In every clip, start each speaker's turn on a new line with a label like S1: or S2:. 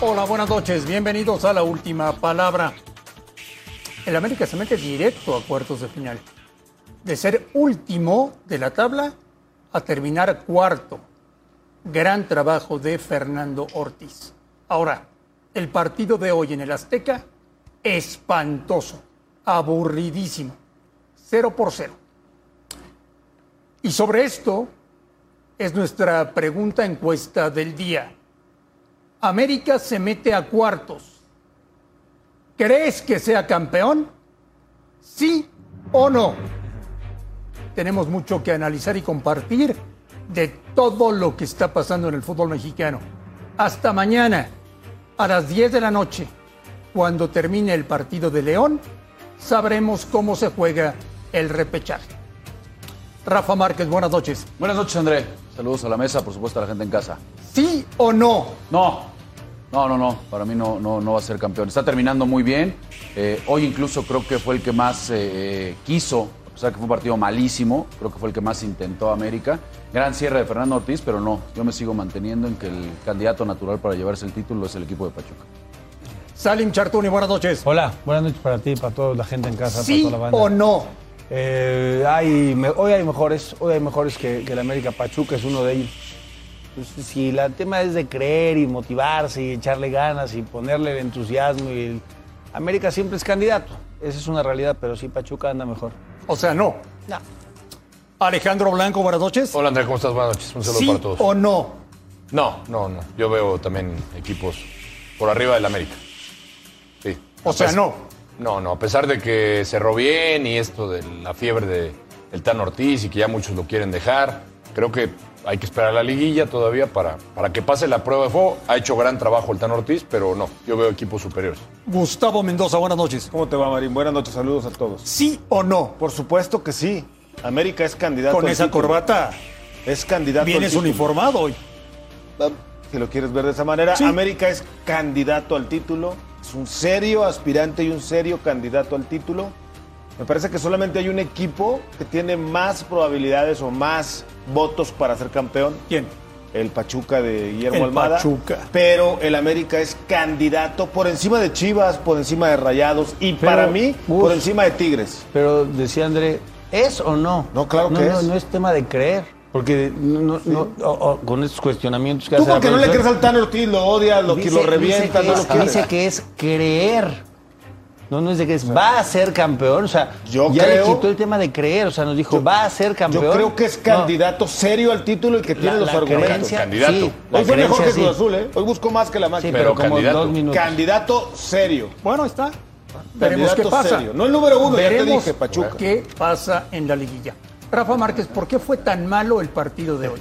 S1: Hola, buenas noches. Bienvenidos a la última palabra. El América se mete directo a cuartos de final. De ser último de la tabla a terminar cuarto. Gran trabajo de Fernando Ortiz. Ahora, el partido de hoy en el Azteca, espantoso, aburridísimo. Cero por cero. Y sobre esto es nuestra pregunta encuesta del día. América se mete a cuartos. ¿Crees que sea campeón? ¿Sí o no? Tenemos mucho que analizar y compartir de todo lo que está pasando en el fútbol mexicano. Hasta mañana, a las 10 de la noche, cuando termine el partido de León, sabremos cómo se juega el repechaje. Rafa Márquez, buenas noches.
S2: Buenas noches, André. Saludos a la mesa, por supuesto, a la gente en casa.
S1: ¿Sí o no?
S2: No, no, no, no. Para mí no, no, no va a ser campeón. Está terminando muy bien. Eh, hoy incluso creo que fue el que más eh, quiso, a pesar que fue un partido malísimo, creo que fue el que más intentó América. Gran cierre de Fernando Ortiz, pero no. Yo me sigo manteniendo en que el candidato natural para llevarse el título es el equipo de Pachuca.
S1: Salim Chartuni, buenas noches.
S3: Hola, buenas noches para ti, para toda la gente en casa,
S1: ¿Sí
S3: para toda la banda.
S1: o no?
S3: Eh, hay me- hoy hay mejores, hoy hay mejores que, que el América. Pachuca es uno de ellos. Pues, si la- el tema es de creer y motivarse y echarle ganas y ponerle el entusiasmo y el- América siempre es candidato. Esa es una realidad, pero sí Pachuca anda mejor.
S1: O sea, no.
S3: No.
S1: Alejandro Blanco, buenas noches.
S4: Hola Andrés, ¿cómo estás? Buenas noches. Un saludo
S1: ¿Sí
S4: para todos.
S1: o no?
S4: No, no, no. Yo veo también equipos por arriba del América. Sí.
S1: O
S4: A
S1: sea,
S4: pes-
S1: no.
S4: No, no. A pesar de que cerró bien y esto de la fiebre de, del Tan Ortiz y que ya muchos lo quieren dejar, creo que hay que esperar a la liguilla todavía para, para que pase la prueba de fuego. Ha hecho gran trabajo el Tan Ortiz, pero no. Yo veo equipos superiores.
S1: Gustavo Mendoza, buenas noches.
S5: ¿Cómo te va, Marín? Buenas noches, saludos a todos.
S1: ¿Sí o no?
S5: Por supuesto que sí. América es candidato.
S1: Con
S5: al
S1: esa
S5: título.
S1: corbata
S5: Es candidato. al
S1: vienes
S5: título. Ah,
S1: uniformado hoy.
S5: Si lo quieres ver de esa manera,
S1: Sí.
S5: América es candidato al título. Es un serio aspirante y un serio candidato al título. Me parece que solamente hay un equipo que tiene más probabilidades o más votos para ser campeón.
S1: ¿Quién?
S5: El Pachuca de Guillermo
S1: El
S5: Almada.
S1: Pachuca.
S5: Pero el América es candidato por encima de Chivas, por encima de Rayados y
S6: Pero,
S5: para mí
S6: uf.
S5: por encima de Tigres.
S6: Pero decía André, ¿es o no?
S5: No, claro que
S6: No,
S5: es.
S6: no es tema de creer. Porque no, no- no- o- o con estos cuestionamientos que
S5: Tú
S6: hace la
S5: porque no le crees
S6: producción,
S5: al Tan Ortiz, lo odias, lo,
S6: dice-
S5: lo
S6: dice
S5: revientas,
S6: que
S5: no
S6: es-
S5: lo quieres.
S6: Dice que es creer. No, no es de que es, va a ser campeón. O sea,
S5: Yo
S6: ya le
S5: creo-
S6: quitó el tema de creer. O sea, nos dijo, va a ser campeón.
S5: Yo creo que es
S6: No.
S5: candidato serio al título y que tiene
S6: La-
S5: los
S6: la
S5: argumentos.
S6: creencia-
S4: Candidato.
S6: sí, la
S5: Hoy fue mejor que Cruz
S6: creencia sí.
S5: Azul, ¿eh? Hoy buscó más que la
S6: Sí,
S5: máquina.
S6: pero,
S4: Pero
S6: como
S4: candidato.
S6: dos minutos.
S5: candidato serio.
S1: Bueno, ahí está. Veremos qué
S5: Candidato
S1: pasa.
S5: serio. No el número uno, ya te
S1: Veremos
S5: dije, Pachuca.
S1: qué pasa en la liguilla. Rafa Márquez, ¿por qué fue tan malo el partido de hoy?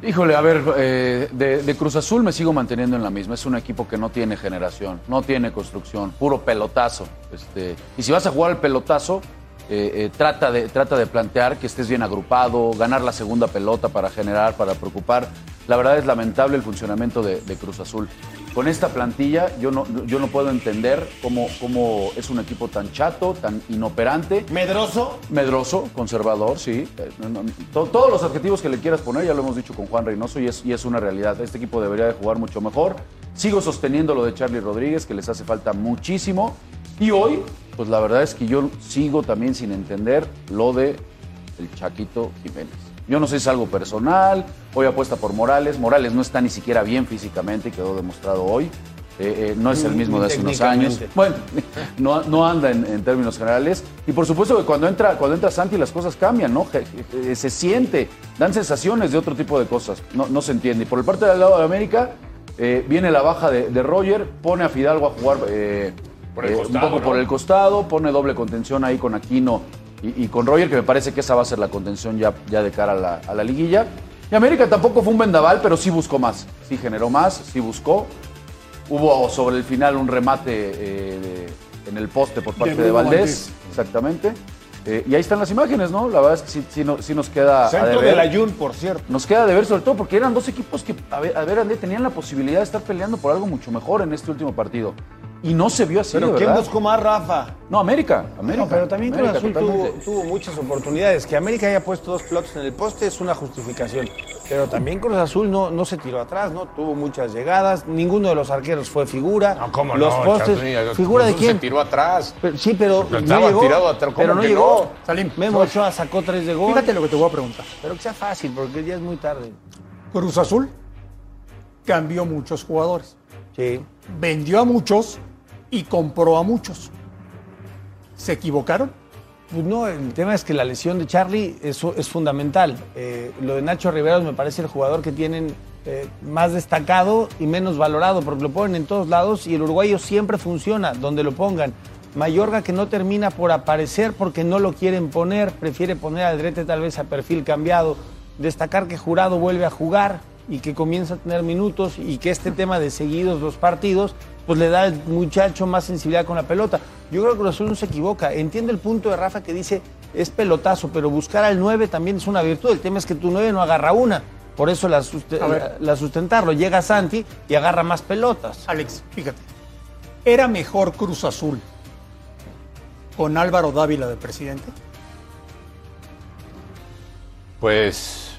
S2: Híjole, a ver, eh, de, de Cruz Azul me sigo manteniendo en la misma. Es un equipo que no tiene generación, no tiene construcción, puro pelotazo. Este, y si vas a jugar al pelotazo, eh, eh, trata, de, trata de plantear que estés bien agrupado, ganar la segunda pelota para generar, para preocupar. La verdad es lamentable el funcionamiento de, de Cruz Azul. Con esta plantilla yo no, yo no puedo entender cómo, cómo es un equipo tan chato, tan inoperante
S5: Medroso.
S2: Medroso, conservador, sí. Eh, no, no, to- todos los adjetivos que le quieras poner, ya lo hemos dicho con Juan Reynoso, y es, y es una realidad. Este equipo debería de jugar mucho mejor. Sigo sosteniendo lo de Charlie Rodríguez, que les hace falta muchísimo. Y hoy, pues la verdad es que yo sigo también sin entender lo de el Chaquito Jiménez. Yo no sé si es algo personal, hoy apuesta por Morales. Morales no está ni siquiera bien físicamente, quedó demostrado hoy. eh, eh, no es el mismo de hace unos años. Bueno, no, no anda en, en términos generales. Y por supuesto que cuando entra, cuando entra Santi las cosas cambian, ¿no? Je- je- Se siente, dan sensaciones de otro tipo de cosas. No, no se entiende. Y por el parte del lado de América, eh, viene la baja de, de Roger, pone a Fidalgo a jugar eh,
S4: Por el
S2: eh,
S4: costado,
S2: un poco
S4: ¿no?
S2: por el costado, pone doble contención ahí con Aquino y, y con Roger, que me parece que esa va a ser la contención ya, ya de cara a la, a la liguilla. Y América tampoco fue un vendaval, pero sí buscó más, sí generó más, sí buscó. Hubo sobre el final un remate eh, de- en el poste por parte de,
S1: Bruno
S2: Valdés,
S1: Valdés.
S2: exactamente. Eh, y ahí están las imágenes, ¿no? La verdad es que sí, sí no- sí nos queda... Ah, a
S5: Centro
S2: deber.
S5: del Ayun, por cierto.
S2: Nos queda de ver, sobre todo porque eran dos equipos que, a ver, a ver, André, tenían la posibilidad de estar peleando por algo mucho mejor en este último partido. Y no se vio así,
S5: Pero
S2: ¿verdad?
S5: ¿quién buscó más, Rafa?
S2: No, América. América.
S3: No, pero también Cruz
S2: América,
S3: Azul tuvo,
S2: totalmente.
S3: tuvo muchas oportunidades. Que América haya puesto dos pelotas en el poste es una justificación. Pero también Cruz Azul no, no se tiró atrás, no tuvo muchas llegadas. Ninguno de los arqueros fue figura. los postes. ¿Figura de quién?
S4: Se tiró atrás.
S3: Pero- sí, pero
S4: Pero
S3: no
S4: estaba
S3: llegó.
S4: tirado atrás, ¿cómo
S3: pero no
S4: que
S3: llegó.
S4: no?
S1: Salim,
S3: Memo Ochoa sacó tres de gol.
S1: fíjate lo que te voy a preguntar.
S3: Pero que sea fácil, porque ya es muy tarde.
S1: Cruz Azul cambió muchos jugadores.
S3: Sí.
S1: vendió a muchos y compró a muchos. ¿Se equivocaron?
S3: Pues no, el tema es que la lesión de Charlie es, es fundamental. Eh, lo de Nacho Rivera me parece el jugador que tienen eh, más destacado y menos valorado, porque lo ponen en todos lados y el uruguayo siempre funciona donde lo pongan. Mayorga que no termina por aparecer porque no lo quieren poner, prefiere poner al Drete tal vez a perfil cambiado. Destacar que Jurado vuelve a jugar y que comienza a tener minutos y que este tema de seguidos los partidos pues le da al muchacho más sensibilidad con la pelota. Yo creo que Cruz Azul no se equivoca. Entiendo el punto de Rafa que dice es pelotazo, pero buscar al 9 también es una virtud. El tema es que tu 9 no agarra una. Por eso la, suste-
S1: A ver.
S3: la- la sustentarlo. Llega Santi y agarra más pelotas.
S1: Alex, fíjate. ¿Era mejor Cruz Azul con Álvaro Dávila de presidente?
S4: Pues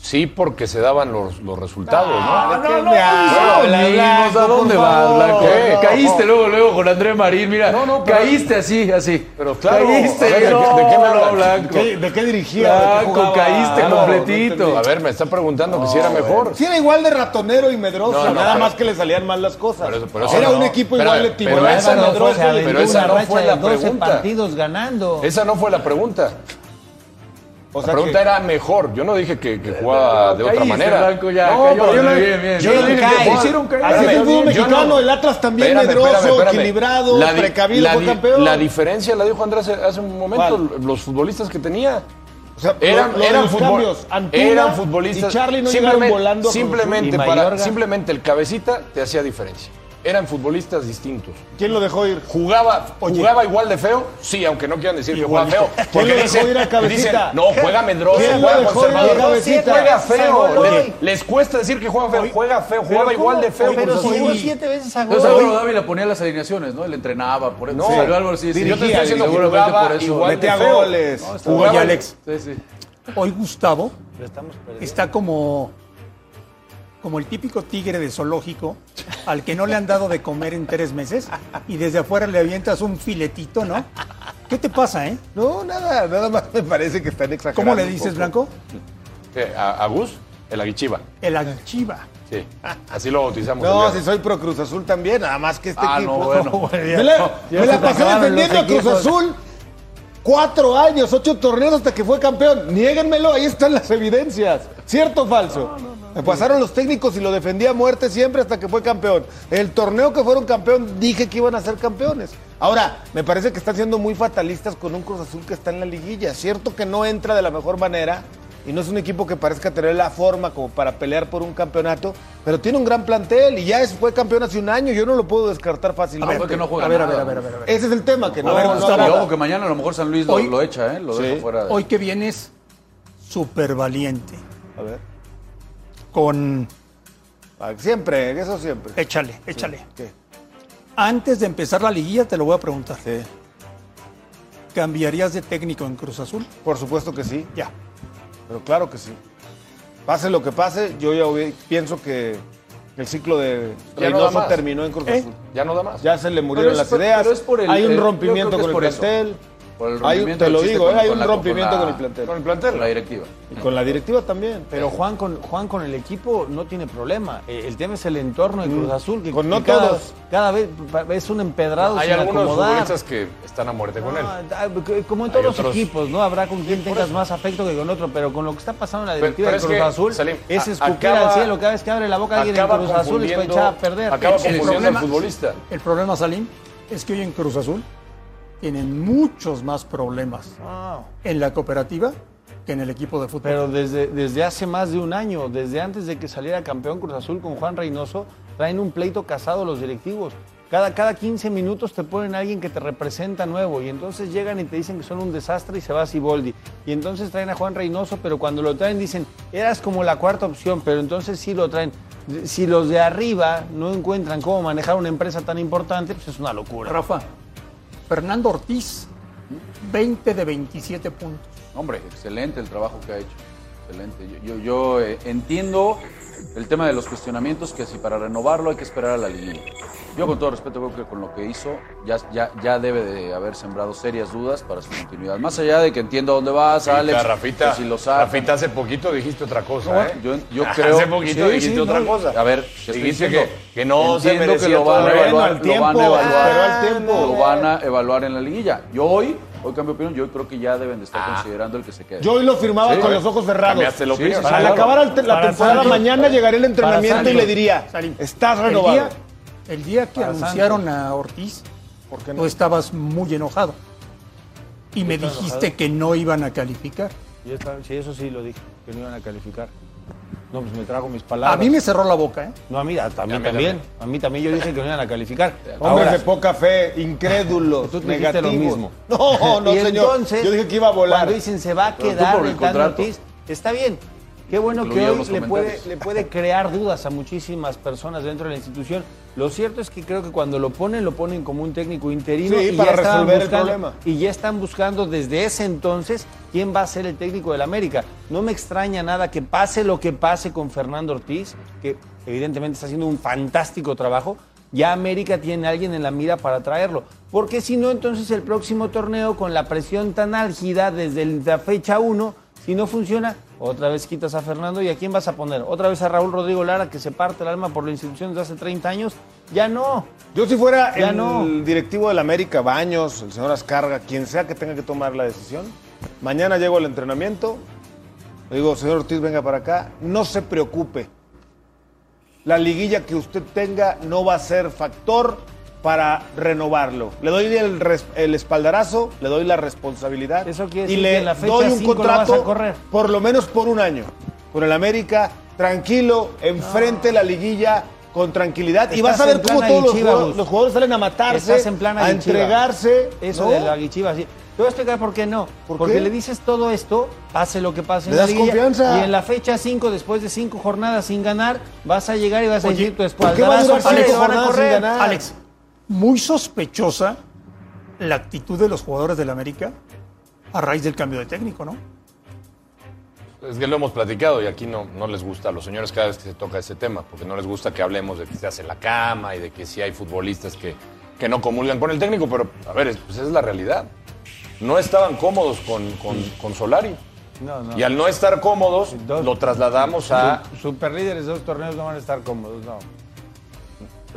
S4: sí, porque se daban los, los resultados, Ah, ¿no?
S3: ¿Qué me habla,
S2: Amigos,
S3: Blanco,
S2: ¿A dónde
S3: por
S2: vas,
S3: favor?
S2: Blanco?
S4: Eh, no.
S2: Caíste luego, luego con André Marín, mira.
S4: No, no, pero-
S2: caíste así, así.
S4: Pero claro,
S2: Caíste,
S4: a ver, ¿de-
S2: no,
S4: de qué me hablas?
S2: no, Blanco.
S5: ¿Qué- ¿De qué dirigía?
S2: Blanco, caíste
S4: Ah, no,
S2: completito.
S4: A ver, me está preguntando que si era mejor.
S5: Sí, era igual de ratonero y medroso,
S4: No, no,
S5: nada
S4: pero-
S5: más que le salían mal las cosas.
S4: Pero eso- pero eso
S5: era
S4: no.
S5: un equipo
S4: Pero-
S5: igual de
S4: pero
S5: tiburón,
S4: esa no fue-
S5: medroso.
S3: se aventó
S4: pero esa
S3: una
S4: no
S3: racha
S4: fue
S3: de
S4: la
S3: 12
S4: pregunta.
S3: partidos ganando.
S4: Esa no fue la pregunta.
S5: O
S4: La
S5: sea
S4: pregunta
S5: que-
S4: era mejor. Yo no dije que,
S2: Eh,
S4: que jugaba de otra
S2: Caíste,
S4: manera.
S2: Blanco, ya,
S4: no,
S2: cayó.
S4: pero yo no,
S2: Bien, bien.
S4: yo no
S3: Bien,
S4: dije
S3: cae.
S4: que
S3: Hicieron caer.
S5: Así es el fútbol
S4: Yo
S5: mexicano,
S4: no-
S5: el Atlas también
S4: Espérame,
S5: medroso,
S4: espérame, espérame.
S5: equilibrado,
S4: di-
S5: precavido,
S4: la
S5: fue
S4: di-
S5: campeón.
S4: La diferencia la dijo Andrés hace un momento, los futbolistas que tenía.
S5: o sea,
S4: Eran,
S5: lo- lo de
S4: eran,
S5: los
S4: futbol-
S5: cambios, Antuna
S4: eran futbolistas.
S5: Y Charlie no llegaron
S4: simplemente,
S5: volando. a Cruz Azul.
S4: simplemente,
S3: Y
S4: para,
S3: Mayorga.
S4: simplemente el cabecita te hacía diferencia. Eran futbolistas distintos.
S5: ¿Quién lo dejó ir?
S4: ¿Jugaba, ¿Jugaba igual de feo? Sí, aunque no quieran decir que jugaba feo. Porque
S5: lo dejó
S4: dicen,
S5: ir a Cabecita?
S4: dicen, no, juega medroso,
S5: ¿Quién lo
S4: juega
S5: dejó ir a
S4: conservador.
S5: Cabecita?
S4: Juega
S3: Salvador.
S4: feo. Le- Les, cuesta decir que juega feo. Juega feo, jugaba igual de feo.
S3: Pero
S4: Cruz
S3: si
S4: Azul.
S3: jugó siete veces a gol.
S2: Entonces Álvaro Dávila ponía las alineaciones, ¿no? Él entrenaba, por eso.
S4: No,
S2: salió Álvaro, sí, sí.
S4: yo te estoy diciendo que
S2: Seguramente
S4: jugaba igual de
S5: Metía
S4: feo.
S5: goles.
S4: Jugaba-
S1: Oye, Alex,
S2: Sí, sí.
S1: hoy Gustavo
S3: Lo estamos perdiendo.
S1: está como, como el típico tigre de zoológico al que no le han dado de comer en tres meses y desde afuera le avientas un filetito, ¿no? ¿Qué te pasa, eh?
S5: No, nada, nada más me parece que están exagerando.
S1: ¿Cómo le
S5: un
S1: dices,
S5: poco.
S1: Blanco?
S4: Eh, A, a Gus, el aguichiva.
S1: El achiva.
S4: Sí, así lo bautizamos.
S5: No,
S4: el día
S5: si
S4: de hoy.
S5: soy pro Cruz Azul también, nada más que este
S2: Ah,
S5: equipo.
S2: no, bueno.
S5: Me la, me la pasé defendiendo a Cruz Azul cuatro años, ocho torneos hasta que fue campeón. Niéguenmelo, ahí están las evidencias. ¿Cierto o falso? Me pasaron los técnicos y lo defendía a muerte siempre hasta que fue campeón. El torneo que fueron campeón, dije que iban a ser campeones. Ahora, me parece que están siendo muy fatalistas con un Cruz Azul que está en la liguilla. Cierto que no entra de la mejor manera y no es un equipo que parezca tener la forma como para pelear por un campeonato, pero tiene un gran plantel y ya es- fue campeón hace un año. Yo no lo puedo descartar
S2: No,
S5: fácilmente.
S2: Ah, fue que no juega
S1: A ver, a
S2: nada.
S1: ver, a ver, a ver. a ver.
S5: Ese es el tema que no.
S2: A ver,
S5: no
S2: Gustavo,
S5: agrada.
S2: y ojo que mañana a lo mejor San Luis lo,
S1: Hoy-
S2: lo echa, ¿eh? Lo
S5: Sí.
S2: deja fuera. de-
S1: Hoy que vienes súper valiente,
S5: A ver.
S1: con...
S5: Ah, Siempre, eso siempre.
S1: Échale, échale.
S5: ¿Qué?
S1: Antes de empezar la liguilla te lo voy a preguntar.
S5: Sí.
S1: ¿Cambiarías de técnico en Cruz Azul?
S5: Por supuesto que sí,
S1: Ya.
S5: pero claro que sí. Pase lo que pase, yo ya hubi- pienso que el ciclo de
S4: Ya no da
S5: Reynoso
S4: más.
S5: terminó en Cruz
S1: ¿Eh?
S5: Azul.
S4: Ya no da más.
S5: Ya se le murieron
S2: es
S5: las
S2: por-
S5: ideas.
S2: pero es por el-
S5: Hay un
S2: el- yo
S5: rompimiento
S2: creo que
S5: con
S2: es
S5: el
S2: por eso.
S5: plantel.
S2: Por el
S5: Hay un-
S2: rompimiento
S5: te lo
S2: del chiste
S5: digo, ¿eh? hay
S2: la-
S5: un rompimiento
S2: la-
S5: con el plantel.
S4: Con el plantel.
S2: La directiva.
S5: Y con la directiva también.
S3: Pero Juan con, Juan con el equipo no tiene problema. Eh, El tema es el entorno de
S4: Mm,
S3: Cruz Azul. Que,
S5: Con
S3: que
S5: no
S3: cada,
S5: todos.
S3: cada vez pa- es un empedrado
S4: Hay
S3: sin
S4: algunos
S3: acomodar.
S4: futbolistas que están a muerte con él.
S3: No, ah, que- como en todos los
S4: otros.
S3: equipos, ¿no? Habrá con quien tengas más afecto que con otro, pero con lo que está pasando en la
S4: Pero-
S3: directiva
S4: pero
S3: de
S4: es
S3: Cruz
S4: que,
S3: Azul,
S4: Salim,
S3: es
S4: a-
S3: escupir
S4: acaba-
S3: al cielo. Cada vez que abre la boca alguien en
S4: acaba
S3: Cruz Azul es para
S4: confundiendo-
S3: echar a perder.
S4: acaba
S3: Sí,
S4: confundiendo al futbolista.
S1: El problema, Salim, es que hoy en Cruz Azul tienen muchos más problemas
S2: Ah.
S1: en la cooperativa que en el equipo de fútbol.
S3: Pero desde, desde hace más de un año, desde antes de que saliera campeón Cruz Azul con Juan Reynoso, traen un pleito casado los directivos. Cada, cada 15 minutos te ponen a alguien que te representa nuevo y entonces llegan y te dicen que son un desastre y se va Siboldi. Y entonces traen a Juan Reynoso, pero cuando lo traen dicen, eras como la cuarta opción, pero entonces sí lo traen. Si los de arriba no encuentran cómo manejar una empresa tan importante, pues es una locura.
S1: Rafa, Fernando Ortiz, 20 de 27 puntos.
S2: Hombre, excelente el trabajo que ha hecho. Excelente. Yo, yo, yo, eh, entiendo el tema de los cuestionamientos, que si para renovarlo hay que esperar a la liguilla. Yo con todo respeto creo que con lo que hizo ya, ya, ya debe de haber sembrado serias dudas para su continuidad. Más allá de que entienda dónde vas,
S4: Rafita,
S2: Alex,
S4: Rafita,
S2: que si lo saca.
S4: Rafita, hace poquito dijiste otra cosa, ¿eh?
S2: Yo, yo creo.
S4: Hace poquito
S2: Sí,
S4: dijiste
S2: sí,
S4: otra
S2: no.
S4: cosa.
S2: A ver, te estoy
S4: dijiste que,
S2: diciendo,
S4: que no se
S2: entiendo
S4: merecía
S2: que lo
S4: todo
S2: van a
S4: el
S5: Bueno,
S2: evaluar,
S5: al
S2: lo
S5: tiempo,
S2: van a
S4: ah,
S2: evaluar,
S5: pero al tiempo.
S2: lo van a evaluar en la liguilla. Yo hoy, hoy cambio de opinión, yo creo que ya deben de estar considerando el que se quede.
S5: Yo hoy lo firmaba
S2: Sí,
S5: con
S2: eh.
S5: los ojos cerrados.
S4: Cambiaste la opinión.
S5: Al
S2: Claro.
S5: acabar el te- la
S3: Para
S5: temporada
S3: Santos.
S5: mañana llegaría el entrenamiento y
S1: Santos.
S5: le diría,
S1: Salim,
S5: estás
S1: el
S5: renovado.
S1: día- El día, que anunciaron a Ortiz,
S5: ¿Por qué
S1: tú estabas muy enojado. Y me dijiste que no iban a calificar.
S3: Yo estaba- sí, eso sí lo dije, que no iban a calificar. No, pues me trago mis
S1: A
S3: palabras.
S1: mí me cerró la boca, ¿eh?
S3: No, a mí, a, a mí
S4: mí
S3: también. A mí también yo dije que no iban a calificar.
S5: Hombres
S3: Ahora,
S5: de poca fe, incrédulos,
S3: Tú dijiste
S5: negativos.
S3: lo mismo.
S5: No, no,
S3: y
S5: señor.
S3: Entonces,
S5: Yo dije que iba a volar.
S3: Cuando dicen se va a
S2: Pero tú
S3: quedar
S2: por el
S3: el Tano
S2: contrato.
S3: Ortiz, está bien. Qué bueno que
S2: Incluía
S3: hoy
S2: los
S3: le puede,
S2: comentarios.
S3: le puede crear dudas a muchísimas personas dentro de la institución. Lo cierto es que creo que cuando lo ponen, lo ponen como un técnico interino.
S5: Sí,
S3: y
S5: para
S3: ya estaban
S5: resolver el
S3: buscando-
S5: problema.
S3: Y ya están buscando desde ese entonces quién va a ser el técnico del América. No me extraña nada que pase lo que pase con Fernando Ortiz, que evidentemente está haciendo un fantástico trabajo. Ya América tiene a alguien en la mira para traerlo. Porque si no, entonces el próximo torneo, con la presión tan álgida desde el- la fecha 1, si no funciona, otra vez quitas a Fernando y a quién vas a poner. Otra vez a Raúl Rodrigo Lara, que se parte el alma por la institución desde hace 30 años. Ya no.
S5: Yo si fuera
S3: Ya
S5: el
S3: no.
S5: directivo del América, Baños, el señor Ascarga, quien sea que tenga que tomar la decisión, mañana llego al entrenamiento, le digo, señor Ortiz, venga para acá, no se preocupe. La liguilla que usted tenga no va a ser factor para renovarlo. Le doy el, res- el espaldarazo, le doy la responsabilidad
S3: Eso quiere
S5: y
S3: decir
S5: le
S3: que en la fecha
S5: doy un
S3: cinco lo
S5: contrato
S3: vas a correr.
S5: por lo menos por un año. Con el América, tranquilo, enfrente la liguilla con tranquilidad y
S3: Estás
S5: vas a ver
S3: en
S5: cómo
S3: plan
S5: todos los
S3: Aguichiva,
S5: jugadores,
S3: Gus.
S5: los jugadores salen a matarse,
S3: Estás en plan
S5: a
S3: Aguichiva.
S5: entregarse.
S3: Eso
S5: ¿no?
S3: de la guichiva, sí. Te voy a explicar por qué no.
S5: ¿Por
S3: Porque
S5: qué?
S3: le dices todo esto, pase lo que pase.
S5: Le
S3: en la
S5: das
S3: liguilla,
S5: confianza.
S3: Y en la fecha 5, después de 5 jornadas sin ganar, vas a llegar y vas a
S1: Oye,
S3: decir tu
S5: ¿Por qué va a
S3: espaldarazo.
S5: durar
S3: para que
S5: cinco
S3: lo van a
S5: jornadas sin
S3: correr.
S5: ganar?
S1: Alex, muy sospechosa la actitud de los jugadores del América a raíz del cambio de técnico, ¿no?
S4: Es que lo hemos platicado y aquí no, no les gusta a los señores cada vez que se toca ese tema, porque no les gusta que hablemos de que se hace la cama y de que sí hay futbolistas que, que no comulgan con el técnico, pero a ver, es- pues es la realidad. No estaban cómodos con, con, con Solari.
S3: No, no.
S4: Y al no estar cómodos,
S3: Dos.
S4: lo trasladamos a...
S3: Su- Superlíderes de dos torneos no van a estar cómodos, no.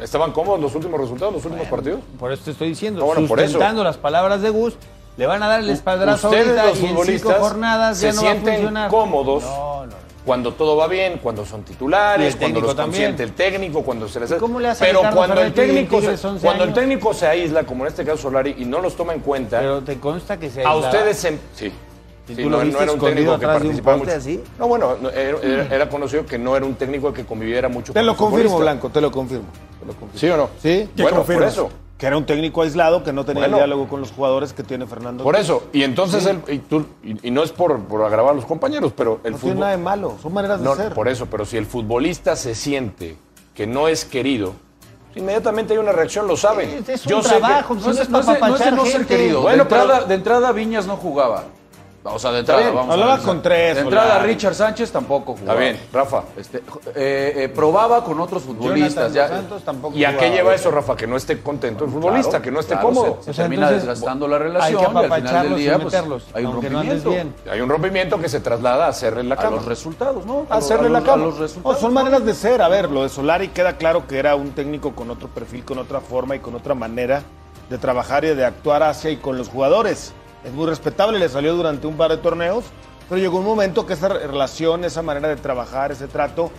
S4: ¿Estaban cómodos los últimos resultados, los últimos partidos?
S3: Por eso te estoy diciendo,
S4: Ah, bueno, por eso.
S3: sustentando las palabras de Gus, le van a dar el espaldarazo
S4: Ustedes,
S3: ahorita
S4: los
S3: y en cinco
S4: futbolistas,
S3: jornadas ya
S4: se
S3: no va a
S4: sienten
S3: funcionar.
S4: cómodos
S3: No, no, no.
S4: cuando todo va bien, cuando son
S3: Y el
S4: titulares, cuando
S3: técnico
S4: los
S3: también.
S4: consiente el técnico, cuando se les
S3: ¿Y cómo le hace
S4: Pero
S3: Ricardo
S4: cuando el
S3: Ferretti en
S4: técnico
S3: Tigres
S4: se,
S3: 11
S4: cuando el
S3: años?
S4: técnico se aísla, como en este caso Solari, y no los toma en cuenta,
S3: Pero te consta que se
S4: a
S3: aislaba.
S4: ustedes se sí.
S3: ¿Y
S4: Sí,
S3: tú lo
S4: no,
S3: viste
S4: no era un
S3: escondido
S4: técnico que
S3: atrás de un
S4: participaba
S3: poste
S4: mucho.
S3: así?
S4: No, bueno, no, era, era- era conocido que no era un técnico que conviviera mucho
S5: Te
S4: con
S5: lo
S4: los
S5: confirmo,
S4: futbolistas.
S5: Blanco, te lo confirmo. te lo confirmo.
S4: ¿Sí o no?
S5: Sí.
S4: Bueno, por
S1: confirmas?
S4: eso.
S5: Que era un técnico aislado que no tenía
S4: Bueno.
S5: diálogo con los jugadores que tiene Fernando.
S4: Por
S5: Ortiz.
S4: eso. Y entonces él, y, tú- y- y no es por, por agravar a los compañeros, pero el
S5: No
S4: fútbol.
S5: tiene nada de malo, son maneras
S4: No,
S5: de ser.
S4: por eso, pero si el futbolista se siente que no es querido, inmediatamente hay una reacción, lo saben.
S3: Es- es un
S4: Yo sé que-
S3: trabajo, no es
S2: es- no es de- no es de
S3: papachar
S2: no ser
S3: gente.
S2: querido.
S4: Bueno,
S2: de, entrada,
S4: pero-
S2: de entrada, Viñas no jugaba. O sea, de entrada,
S5: bien,
S2: vamos
S5: hablaba
S2: a analizar.
S5: con tres,
S2: De entrada,
S5: Solari.
S2: Richard Sánchez tampoco jugaba.
S4: Está bien, Rafa.
S2: Este, eh, eh, probaba con otros futbolistas. Ya,
S3: Santos tampoco
S4: ¿Y a qué
S3: jugaba.
S4: lleva eso, Rafa? Que no esté contento el futbolista, que no esté
S2: claro,
S4: cómodo.
S2: Se, se
S3: O sea,
S2: termina
S3: entonces,
S2: desgastando la
S3: Hay
S2: relación
S3: que
S2: y al final del
S3: apapacharlos y
S2: día pues,
S3: meterlos,
S2: hay un
S3: aunque no andes
S2: rompimiento.
S3: bien.
S4: Hay un rompimiento que se traslada a hacerle la
S2: a
S4: cama.
S2: los resultados, ¿no? A,
S5: hacerle
S2: los-
S5: la
S2: a
S5: cama.
S2: los
S5: No,
S2: resultados.
S5: son maneras de ser. A ver, lo de Solari queda claro que era un técnico con otro perfil, con otra forma y con otra manera de trabajar y de actuar hacia y con los jugadores. Es muy respetable, le salió durante un par de torneos, pero llegó un momento que esa re- relación, esa manera de trabajar, ese trato,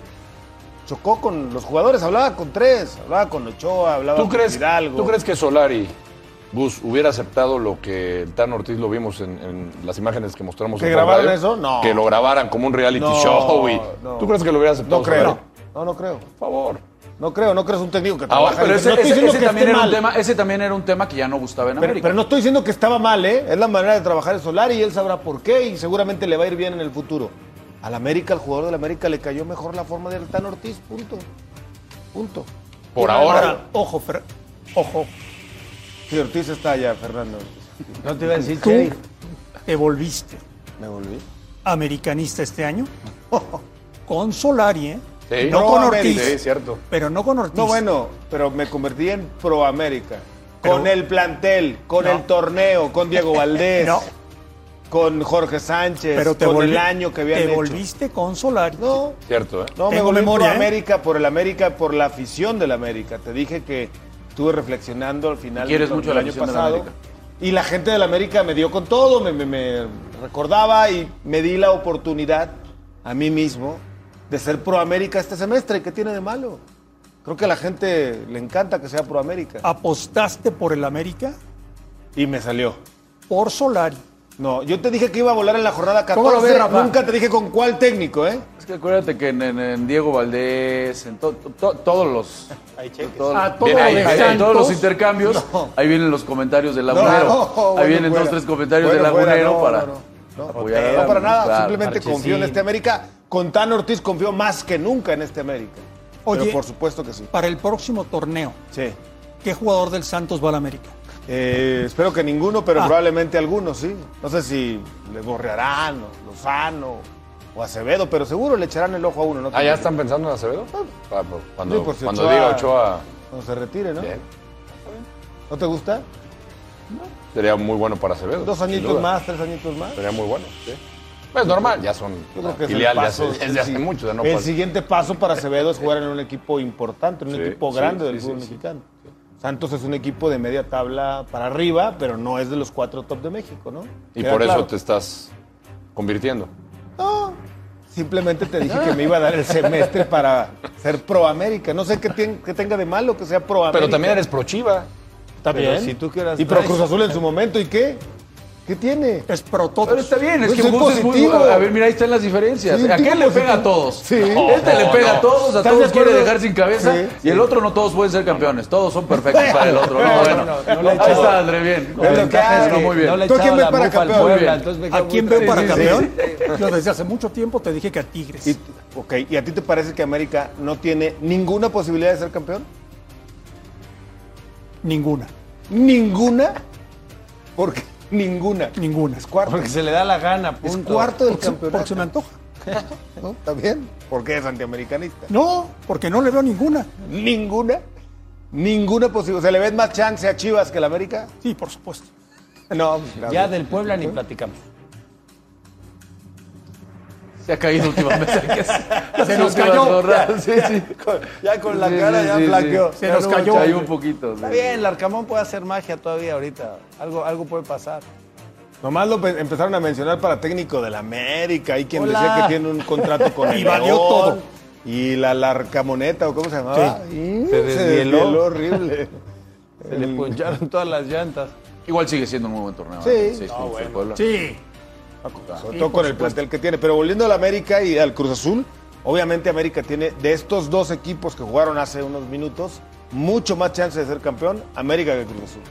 S5: chocó con los jugadores. Hablaba con tres, hablaba con Ochoa, hablaba
S4: ¿Tú
S5: con
S4: crees,
S5: Hidalgo.
S4: ¿Tú crees que Solari, Gus, hubiera aceptado lo que el Tan Ortiz lo vimos en, en las imágenes que mostramos?
S5: ¿Que
S4: en
S5: grabaran
S4: Juan
S5: eso? No.
S4: Que lo grabaran como un reality
S5: No,
S4: show. Y,
S5: no.
S4: ¿Tú crees que lo hubiera aceptado?
S5: No creo.
S4: Solari?
S5: No, no creo.
S4: Por favor.
S5: No creo, no creo es un técnico que
S2: Ahora,
S5: trabaja.
S2: Ah, pero
S5: No
S2: ese,
S5: estoy
S2: ese-
S5: diciendo
S2: ese
S5: que
S2: también
S5: esté
S2: era un
S5: mal.
S2: tema, ese también era un tema que ya no gustaba en
S5: Pero,
S2: América.
S5: pero no estoy diciendo que estaba mal, ¿eh? Es la manera de trabajar de Solari y él sabrá por qué y seguramente le va a ir bien en el futuro. Al América, al jugador del América le cayó mejor la forma de Altán Ortiz, punto. Punto.
S4: Por ahora.
S1: Ahora, ojo, Fer- ojo,
S5: Si Ortiz está allá, Fernando.
S3: No te iba a decir,
S1: tú
S3: Chey.
S1: te volviste
S5: Me volví.
S1: americanista este año con Solari, ¿eh?
S4: Sí.
S1: no con Ortiz,
S4: Sí, cierto.
S1: pero no con Ortiz.
S5: No, bueno, pero me convertí en pro América.
S1: Pero-
S5: Con el plantel, con
S1: No.
S5: el torneo, con Diego Valdés,
S1: No.
S5: con Jorge Sánchez,
S1: pero te
S5: con
S1: volvi-
S5: el año que habían
S1: te
S5: hecho.
S1: volviste con Solari.
S5: No,
S4: Cierto, ¿eh?
S5: No, me
S1: Tengo
S5: volví
S1: memoria,
S5: por
S1: ¿eh?
S5: América, por el América, por la afición del América. Te dije que estuve reflexionando al final
S2: Quieres
S5: del
S2: mucho la
S5: año
S2: afición del
S5: pasado.
S2: América.
S5: Y la gente del América me dio con todo, me, me- me recordaba y me di la oportunidad a mí mismo de ser pro América este semestre. ¿Qué tiene de malo? Creo que a la gente le encanta que sea pro América.
S1: Apostaste por el América,
S5: Y me salió.
S1: por Solari.
S5: No, yo te dije que iba a volar en la jornada 14.
S2: ¿Cómo lo ves, Rafa?
S5: Nunca te dije con cuál técnico, ¿eh?
S2: Es que acuérdate que en, en- en Diego Valdés, en to- to- todos los. Ah, todos-
S1: A todo
S4: Viene
S1: lo
S4: ahí,
S1: de
S4: ahí,
S2: en todos los
S1: Santos,
S2: intercambios, ahí vienen los comentarios del
S5: No,
S2: lagunero.
S5: no, bueno,
S2: ahí vienen
S5: fuera.
S2: dos, tres comentarios
S5: Bueno,
S2: del
S5: fuera,
S2: lagunero
S5: no,
S2: para.
S5: no, no. No,
S2: apoyar
S5: no,
S2: a la-
S5: para nada,
S2: claro.
S5: simplemente confío en este América. Con Tan Ortiz confío más que nunca en este América.
S1: Oye.
S5: Pero por supuesto que sí.
S1: para el próximo torneo,
S5: Sí.
S1: ¿qué jugador del Santos va al América?
S5: Eh, espero que ninguno, pero
S1: Ah.
S5: probablemente algunos, sí. No sé si le borrearán, o Lozano, o Acevedo, pero seguro le echarán el ojo a uno. ¿no?
S4: Ah, ¿ya están pensando en Acevedo? Ah, pues, Cuando,
S5: Sí, por
S3: ¿eh?
S5: si
S4: cuando
S5: Ochoa-
S4: diga Ochoa,
S5: Cuando se retire, ¿no?
S4: bien.
S5: ¿No te gusta?
S4: sería muy bueno para Acevedo.
S5: Dos
S4: sin
S5: añitos
S4: duda.
S5: más, tres añitos más.
S4: Sería muy bueno, sí. Pues normal, ya son
S5: Yo creo que es el
S4: filial de hace,
S5: paso, el
S4: desde hace
S5: si-
S4: mucho. ya no
S5: el
S4: pasa.
S5: siguiente paso para Acevedo es jugar en un equipo importante, en un
S4: Sí,
S5: equipo
S4: sí,
S5: grande
S4: sí,
S5: del
S4: sí,
S5: fútbol
S4: sí.
S5: mexicano. Santos es un equipo de media tabla para arriba, pero no es de los cuatro top de México, ¿no?
S4: Y
S5: Queda
S4: por eso
S5: claro.
S4: te estás convirtiendo.
S5: No, simplemente te dije que me iba a dar el semestre para ser pro América. No sé qué, tien- qué tenga de malo que sea pro América.
S4: Pero también eres pro Chiva.
S5: Está
S3: Pero
S5: bien.
S3: si tú quieras-
S5: Y pro Cruz Azul en su momento, ¿y qué? ¿Qué tiene?
S1: Es prototipo.
S2: Pero está bien, es
S5: Yo
S2: que
S5: Pues, soy
S2: Gus es muy
S5: positivo.
S2: A ver, mira, ahí están las diferencias.
S5: Sí,
S2: ¿A
S5: tipo
S2: qué le pega
S5: positivo.
S2: a todos?
S5: Sí.
S2: este le pega a todos, a
S5: ¿Estás de
S2: todos quiere
S5: acuerdo?
S2: dejar sin cabeza.
S5: Sí,
S2: y el otro no todos pueden ser campeones. Todos son perfectos para el otro. No, bueno. ahí está, André, bien.
S3: La ventaja es
S2: No,
S3: que
S2: muy bien.
S3: no le
S5: ¿Tú a quién
S3: echaba
S5: ves
S3: la
S5: para
S3: mufa al
S5: campeón?
S3: Puebla,
S2: Muy bien.
S3: entonces me quedé
S1: ¿A
S3: muy
S1: quién veo
S3: tranquilo.
S1: para
S2: sí,
S1: campeón? Yo desde hace mucho tiempo te dije que a Tigres.
S5: Y, ok, ¿y a ti te parece que América no tiene ninguna posibilidad de ser campeón?
S1: Ninguna,
S5: ¿Ninguna? Porque ninguna.
S1: ninguna.
S5: Es cuarto.
S3: Porque se le da la gana,
S5: es
S3: punto.
S5: cuarto del
S1: Porque se- porque
S5: campeonato.
S1: se me antoja.
S5: ¿no? ¿Está bien? Porque es antiamericanista.
S1: No, porque no le veo ninguna.
S5: Ninguna. Ninguna posibilidad. ¿Se le ves más chance a Chivas que a la América?
S1: Sí, por supuesto.
S5: No.
S3: Ya del Puebla ni platicamos.
S2: Se ha caído últimamente.
S1: Se nos cayó.
S2: Sí, sí.
S5: Ya con la
S2: Sí,
S5: cara
S2: sí,
S5: ya
S2: sí,
S5: flaqueó.
S2: sí.
S1: Se nos cayó.
S2: Cayó un poquito. sí.
S3: Está bien, el Arcamón puede hacer magia todavía ahorita. Algo, algo puede pasar.
S5: Nomás lo pe- empezaron a mencionar para técnico del América. Hay quien
S3: Hola.
S5: decía que tiene un contrato con el
S1: Y valió
S5: León,
S1: todo.
S5: Y la larcamoneta, o cómo se llamaba. Ah, Y
S3: Se desnieló.
S5: horrible.
S3: Se le poncharon todas las llantas.
S2: Igual sigue siendo un muy buen torneo.
S5: Sí.
S2: ¿eh?
S5: No,
S2: con el Puebla. Ah, pues,
S1: Sí,
S5: Sobre todo con el plantel que tiene. Pero volviendo al América y al Cruz Azul, obviamente América tiene, de estos dos equipos que jugaron hace unos minutos, mucho más chance de ser campeón América que Cruz Azul.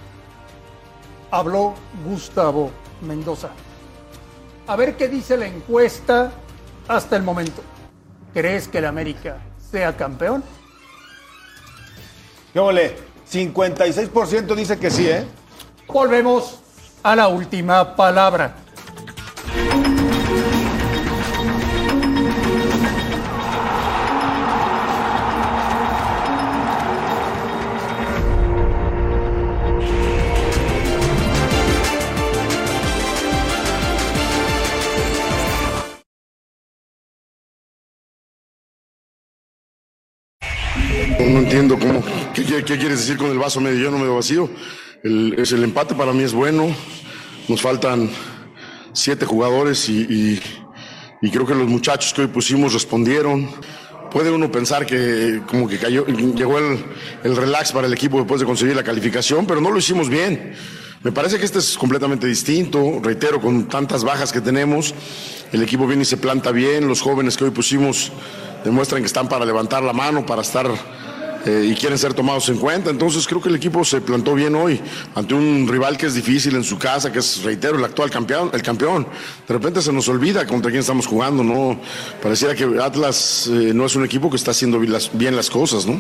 S1: habló Gustavo Mendoza. A ver qué dice la encuesta hasta el momento. ¿Crees que el América sea campeón?
S5: ¿Qué ole? 56% dice que sí, ¿eh?
S1: Volvemos a la última palabra.
S7: No, no entiendo cómo. ¿qué, qué, qué quieres decir con el vaso medio lleno, medio vacío? El, es, el empate para mí es bueno. Nos faltan siete jugadores y, y- y creo que los muchachos que hoy pusimos respondieron. Puede uno pensar que como que cayó, llegó el, el relax para el equipo después de conseguir la calificación, pero no lo hicimos bien. Me parece que este es completamente distinto, reitero, con tantas bajas que tenemos, el equipo viene y se planta bien, los jóvenes que hoy pusimos demuestran que están para levantar la mano, para estar eh, y quieren ser tomados en cuenta. Entonces creo que el equipo se plantó bien hoy ante un rival que es difícil en su casa, que es, reitero, el actual campeón. El campeón. De repente se nos olvida contra quién estamos jugando, ¿no? Pareciera que Atlas eh, no es un equipo que está haciendo bien las- bien las cosas, ¿no?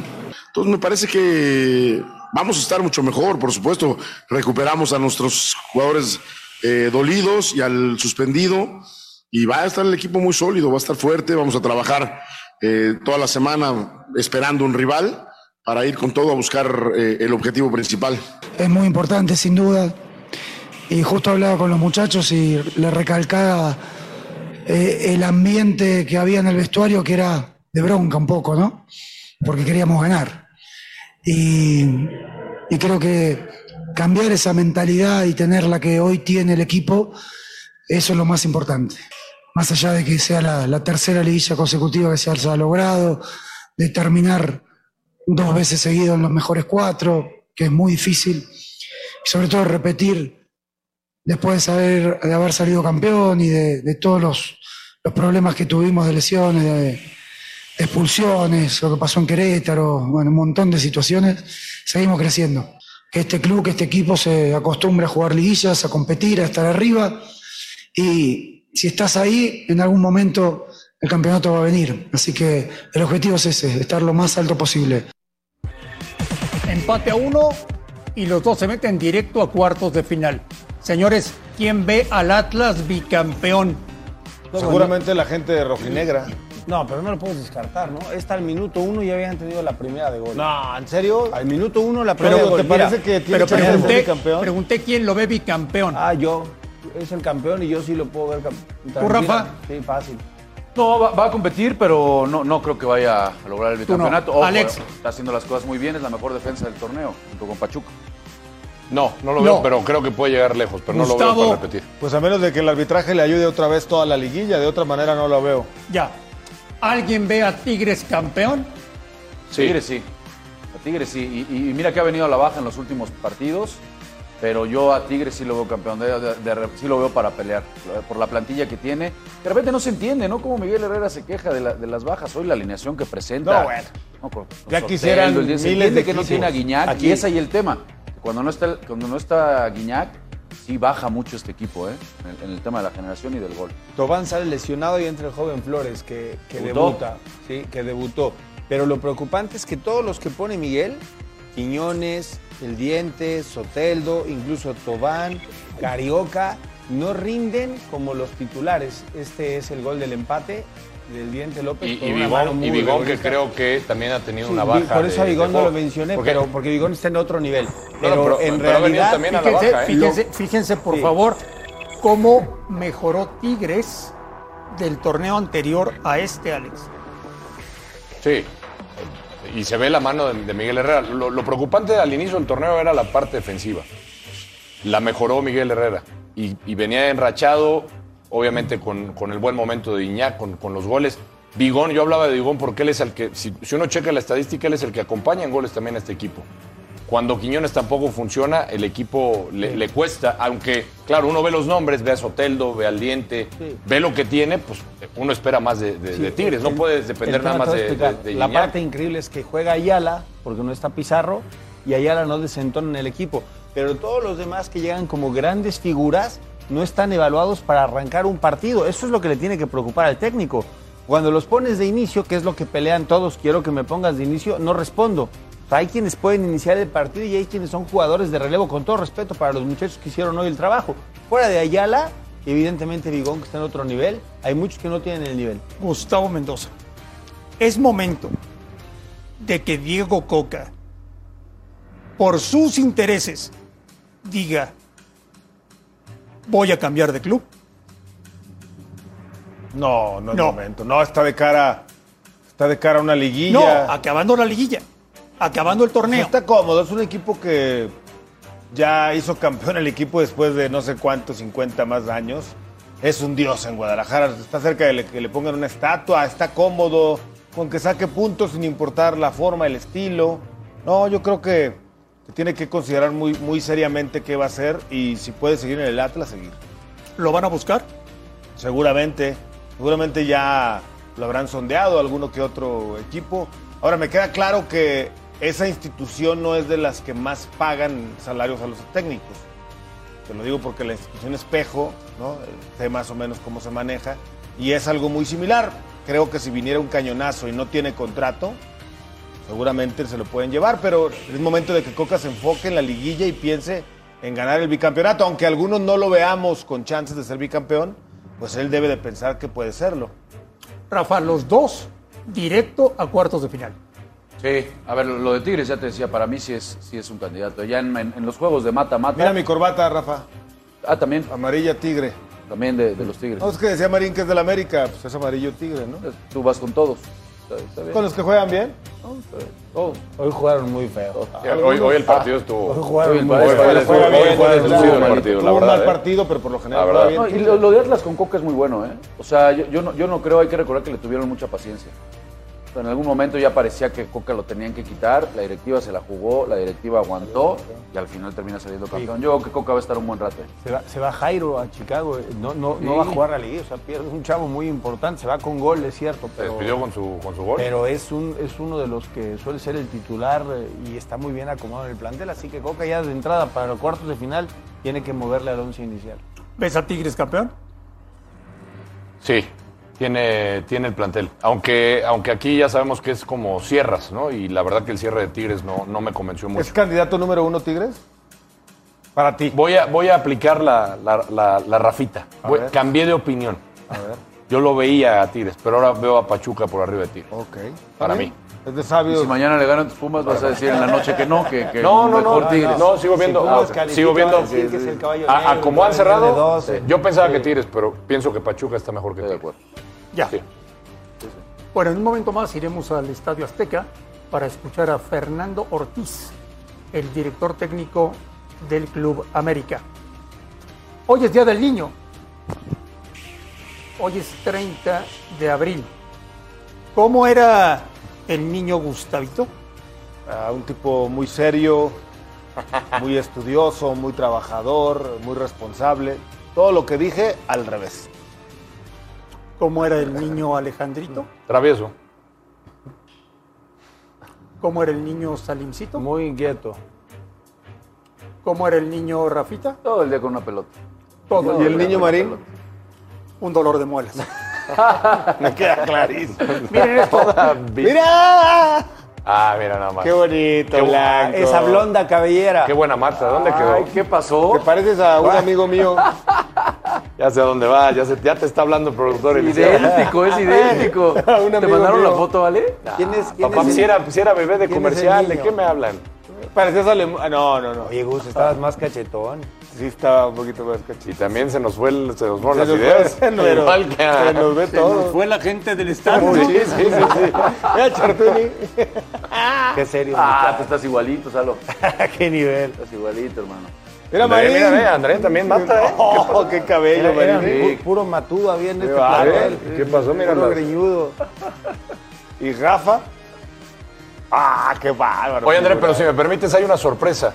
S7: Entonces me parece que vamos a estar mucho mejor, por supuesto. Recuperamos a nuestros jugadores eh, dolidos y al suspendido y va a estar el equipo muy sólido, va a estar fuerte, vamos a trabajar eh, toda la semana esperando un rival para ir con todo a buscar eh, el objetivo principal.
S8: es muy importante, sin duda. Y justo hablaba con los muchachos y le recalcaba eh, el ambiente que había en el vestuario, que era de bronca un poco, ¿no? Porque queríamos ganar. Y, y creo que cambiar esa mentalidad y tener la que hoy tiene el equipo, eso es lo más importante. Más allá de que sea la, la tercera liguilla consecutiva que se haya logrado, de terminar dos veces seguido en los mejores cuatro, que es muy difícil. Y sobre todo repetir después de, saber, de haber salido campeón y de, de todos los, los problemas que tuvimos de lesiones, de, de expulsiones, lo que pasó en Querétaro, bueno, un montón de situaciones, seguimos creciendo. Que este club, que este equipo se acostumbre a jugar liguillas, a competir, a estar arriba. Y si estás ahí, en algún momento el campeonato va a venir. Así que el objetivo es ese, estar lo más alto posible.
S1: Empate a uno y los dos se meten directo a cuartos de final. Señores, ¿quién ve al Atlas bicampeón?
S5: Seguramente la gente de Rojinegra.
S3: No, pero no lo puedes descartar, ¿no? Está al minuto uno y habían tenido la primera de gol.
S5: No, ¿en serio?
S3: Al minuto uno la primera
S5: Pero
S3: de
S5: ¿te
S3: gol.
S5: parece
S3: Mira,
S5: que tiene
S1: Pero
S5: chance de ser
S1: pregunté,
S5: bicampeón?
S1: pregunté quién lo ve bicampeón.
S3: Ah, yo. Es el campeón y yo sí lo puedo ver campeón.
S1: ¿Tú, Rafa?
S3: Sí, fácil.
S2: No, va, va a competir, pero no, no creo que vaya a lograr el
S1: Tú no.
S2: bicampeonato. eh,
S1: Alex.
S2: Está haciendo las cosas muy bien, es la mejor defensa del torneo, junto con Pachuca.
S4: No, no lo veo,
S1: No.
S4: pero creo que puede llegar lejos, pero no lo
S1: Gustavo.
S4: veo para repetir.
S5: Pues a menos de que el arbitraje le ayude otra vez toda la liguilla, de otra manera no lo veo.
S1: Ya. ¿Alguien ve a Tigres campeón?
S2: Sí. Tigres sí. A Tigres sí. Y, y- y mira que ha venido a la baja en los últimos partidos, pero yo a Tigres sí lo veo campeón. de- de- de- sí lo veo para pelear, eh, por la plantilla que tiene. De repente no se entiende, ¿no? Como Miguel Herrera se queja de, la- de las bajas. Hoy la alineación que presenta.
S5: No, bueno.
S2: No, con- con
S5: Ya
S2: Soteldo,
S5: quisieran
S2: el 10, se
S5: miles
S2: entiende
S5: de
S2: que no
S5: equipos.
S2: tiene a Guiñac.
S5: Aquí.
S2: Y es ahí el tema. Cuando no está, el- cuando no está Guiñac, sí baja mucho este equipo, ¿eh? En el- en el tema de la generación y del gol.
S3: Tobán sale lesionado y entra el joven Flores, que, que
S2: Debutó.
S3: debuta, ¿sí? que debutó. Pero lo preocupante es que todos los que pone Miguel, Quiñones, El Diente, Soteldo, incluso Tobán, Carioca, no rinden como los titulares. Este es el gol del empate del Diente López.
S4: Y,
S3: con
S4: y
S3: una mano
S4: Bigón,
S3: muy
S4: y Bigón, que
S3: egoísta.
S4: creo que también ha tenido
S3: Sí,
S4: una
S3: Vi-
S4: baja.
S3: Por eso a
S4: de-
S3: Vigón
S4: de
S3: no lo
S4: juego.
S3: mencioné,
S4: Porque-
S3: pero porque Vigón está en otro nivel. Pero,
S4: Claro, pero-
S3: en
S4: pero ha venido
S3: realidad,
S4: también a la
S1: Fíjense,
S4: baja, ¿eh?
S1: fíjense, fíjense, por
S3: Sí.
S1: favor cómo mejoró Tigres del torneo anterior a este, Alex.
S4: Sí. Y se ve la mano de, de Miguel Herrera. Lo, lo preocupante al inicio del torneo era la parte defensiva. La mejoró Miguel Herrera. Y, y venía enrachado, obviamente, con, con el buen momento de Iñá, con, con los goles. Bigón, yo hablaba de Bigón porque él es el que, si, si uno checa la estadística, él es el que acompaña en goles también a este equipo. Cuando Quiñones tampoco funciona, el equipo le, le cuesta, aunque, claro, uno ve los nombres, ve a Soteldo, ve al Diente, ve lo que tiene, pues uno espera más de, de- de Tigres, no
S3: El-
S4: puedes
S3: el
S4: depender
S3: tema
S4: nada
S3: te
S4: más
S3: voy a
S4: de, de,
S3: explicar.
S4: de
S3: La
S4: Gignac.
S3: parte increíble es que juega Ayala, porque no está Pizarro, y Ayala no desentona en el equipo. Pero todos los demás que llegan como grandes figuras no están evaluados para arrancar un partido. Eso es lo que le tiene que preocupar al técnico. Cuando los pones de inicio, que es lo que pelean todos, quiero que me pongas de inicio, no respondo. O sea, hay quienes pueden iniciar el partido y hay quienes son jugadores de relevo, con todo respeto para los muchachos que hicieron hoy el trabajo. Fuera de Ayala, evidentemente Vigón, que está en otro nivel, hay muchos que no tienen el nivel.
S1: Gustavo Mendoza. Es momento de que Diego Coca, por sus intereses, diga, voy a cambiar de club.
S5: No, no es
S1: No.
S5: momento. No, está de cara. Está de cara a una liguilla.
S1: No, acabando la liguilla, acabando el
S5: No
S1: torneo.
S5: está cómodo, es un equipo que ya hizo campeón el equipo después de no sé cuántos, 50 más años. Es un dios en Guadalajara, está cerca de le- que le pongan una estatua, está cómodo, con que saque puntos sin importar la forma, el estilo. No, yo creo que que tiene que considerar muy, muy seriamente qué va a hacer y si puede seguir en el Atlas, seguir.
S1: ¿Lo van a buscar?
S5: Seguramente, seguramente ya lo habrán sondeado alguno que otro equipo. Ahora me queda claro que esa institución no es de las que más pagan salarios a los técnicos. Te lo digo porque la institución espejo, ¿no? Eh, Sé más o menos cómo se maneja y es algo muy similar. Creo que si viniera un cañonazo y no tiene contrato, seguramente se lo pueden llevar, pero es momento de que Coca se enfoque en la liguilla y piense en ganar el bicampeonato, aunque algunos no lo veamos con chances de ser bicampeón, pues él debe de pensar que puede serlo.
S1: Rafa, los dos directo a cuartos de final.
S2: Sí, a ver, lo de Tigres ya te decía, para mí sí es, sí es un candidato. Ya en, en- en los juegos de
S5: Mira
S2: mata-mata.
S5: mi corbata, Rafa,
S2: Ah, también,
S5: amarilla tigre.
S2: también de, de los Tigres.
S5: No es que decía Marín que es del América, pues es amarillo tigre, ¿no?
S2: Tú vas con todos. Está, está bien.
S5: Con los que juegan bien.
S4: Oh,
S2: Todos.
S3: Hoy jugaron muy feo.
S4: Hoy, hoy el
S5: Ah,
S4: partido estuvo.
S3: Hoy
S4: Hoy
S3: jugaron
S2: Hoy el
S3: muy
S2: Juárez-
S3: feo.
S4: el-
S5: Juega bien,
S4: hoy fue el
S5: tuvo
S4: deslucido
S5: un mal-
S4: partido, la
S5: tuvo un mal
S4: verdad. eh.
S5: partido, pero por lo general
S4: La
S5: juega
S4: verdad.
S5: bien.
S2: No, y lo, lo de Atlas con Coca es muy bueno, ¿eh? O sea, yo, yo no, yo no creo, hay que recordar que le tuvieron mucha paciencia. O sea, en algún momento ya parecía que Coca lo tenían que quitar, la directiva se la jugó, la directiva aguantó y al final termina saliendo campeón. Yo creo que Coca va a estar un buen rato. ¿eh?
S3: Se va, se va Jairo a Chicago, eh, no, no, no
S2: Sí.
S3: va a jugar a la liga, o sea, pierde un chavo muy importante, se va con gol, es cierto,
S4: Se
S3: pero,
S4: despidió con su, con su gol.
S3: pero es, un, es uno de los que suele ser el titular eh, y está muy bien acomodado en el plantel, así que Coca ya de entrada para los cuartos de final tiene que moverle al once inicial.
S1: ¿Ves a Tigres campeón?
S4: Sí, tiene, tiene el plantel. Aunque, aunque aquí ya sabemos que es como sierras, ¿no? Y la verdad que el cierre de Tigres no, no me convenció mucho.
S5: ¿Es candidato número uno Tigres? Para ti.
S4: Voy a, voy a aplicar la, la- la- la rafita. Voy-
S5: ver.
S4: cambié de opinión. Yo lo veía a Tigres, pero ahora veo a Pachuca por arriba de Tigres.
S5: Ok. ¿Está
S4: Para
S5: bien?
S4: mí.
S5: Es de
S2: Y
S5: sabio.
S2: si mañana le ganan tus Pumas, vas a decir en la noche que no, que, que
S4: No, no, no,
S2: mejor
S4: no,
S2: Tigres.
S4: no, sigo viendo,
S3: tú
S4: ah,
S3: descalificas,
S4: sigo viendo,
S3: vas a decir que es el caballo
S4: a, a
S3: negro,
S4: como han
S3: el dueño de
S4: cerrado,
S3: doce.
S4: yo pensaba que Tigres, pero pienso que Pachuca está mejor que
S2: Estoy de
S4: Tigres.
S2: acuerdo.
S1: Ya.
S4: Sí.
S1: Bueno, en un momento más iremos al Estadio Azteca para escuchar a Fernando Ortiz, el director técnico del Club América. Hoy es Día del Niño. Hoy es 30 de abril. ¿Cómo era el niño Gustavito?
S5: a un tipo muy serio, muy estudioso, muy trabajador, muy responsable. Todo lo que dije al revés.
S1: ¿Cómo era el niño Alejandrito?
S4: Travieso.
S1: ¿Cómo era el niño Salimcito?
S3: Muy inquieto.
S1: ¿Cómo era el niño Rafita?
S2: Todo el día con una pelota.
S1: Todo.
S5: ¿Y el niño Marín?
S1: Un dolor de muelas.
S5: Me queda clarísimo.
S1: Miren esto.
S5: ¡Mira!
S4: Ah, mira nada más.
S5: ¡Qué bonito,
S4: Qué bu-
S5: blanco!
S3: Esa blonda cabellera.
S4: Qué buena mata, ¿dónde quedó?
S2: Ay, ¿qué pasó?
S5: Te pareces a un amigo mío.
S4: Ya sé a dónde va, ya, se- ya te está hablando el productor. y le dice, "Ah".
S2: Idéntico, es idéntico.
S5: Un
S2: ¿Te
S5: amigo
S2: mandaron la
S5: mío.
S2: foto, vale?
S3: ¿Quién es, quién
S4: Papá,
S3: es el-
S4: si era, si era bebé de
S3: quién es el
S4: comercial, ¿de
S3: niño?
S4: qué me hablan?
S5: Parecías alemán. No, no, no.
S3: Oye, Gus, estabas más cachetón.
S5: Sí, estaba un poquito más
S4: Y
S5: cachito.
S4: también se nos fue, el- se nos fueron
S5: Se
S4: las
S5: nos
S4: ideas.
S5: fue, pero-
S4: Igual que a-
S5: se nos ve todo.
S1: Fue la gente del estadio.
S4: Sí, sí, sí, sí.
S5: Mira, Chartuni.
S3: Qué serio.
S2: Ah, tú estás igualito, Salo.
S3: qué nivel.
S2: Estás igualito, hermano.
S5: Mira,
S4: Mira,
S5: Marín.
S4: mira, ve, André también mata, ¿eh?
S5: Oh, qué cabello,
S3: Era, era
S5: Marín.
S3: pu- puro matudo había en este
S5: va,
S3: plantel.
S5: ¿eh? ¿Qué pasó? Mira
S3: Puro
S5: las-
S3: greñudo.
S5: ¿Y Rafa? ¡Ah, qué bárbaro!
S4: Oye, André, pero si me permites, hay una sorpresa.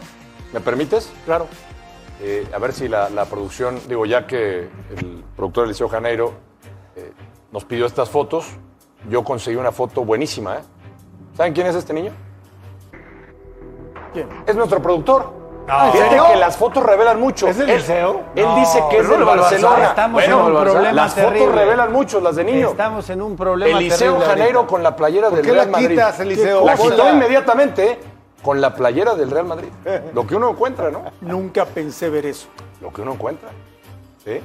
S4: ¿Me permites?
S1: Claro.
S4: Eh, a ver si la, la producción, digo, ya que el productor del Liceo Janeiro eh, nos pidió estas fotos, yo conseguí una foto buenísima, ¿eh? ¿Saben quién es este niño?
S1: ¿Quién?
S4: Es nuestro productor. Fíjate que las fotos revelan mucho.
S5: ¿Es del
S4: él,
S5: Liceo?
S4: Él dice que es
S2: no
S4: del
S2: le va al
S4: Barcelona.
S2: Barça.
S3: Estamos
S4: Bueno,
S3: en un
S2: Barça.
S3: problema
S4: las
S3: terrible.
S4: fotos revelan mucho, las de niño.
S3: Estamos en un problema
S4: El Liceo
S3: terrible
S4: Janeiro
S3: ahorita.
S4: con la playera del
S5: qué la
S4: Real Madrid.
S5: quitas, el Liceo?
S4: La
S5: Ponla.
S4: quitó inmediatamente ¿eh? con la playera del Real Madrid. Lo que uno encuentra, ¿no?
S1: Nunca pensé ver eso.
S4: Lo que uno encuentra. ¿Sí?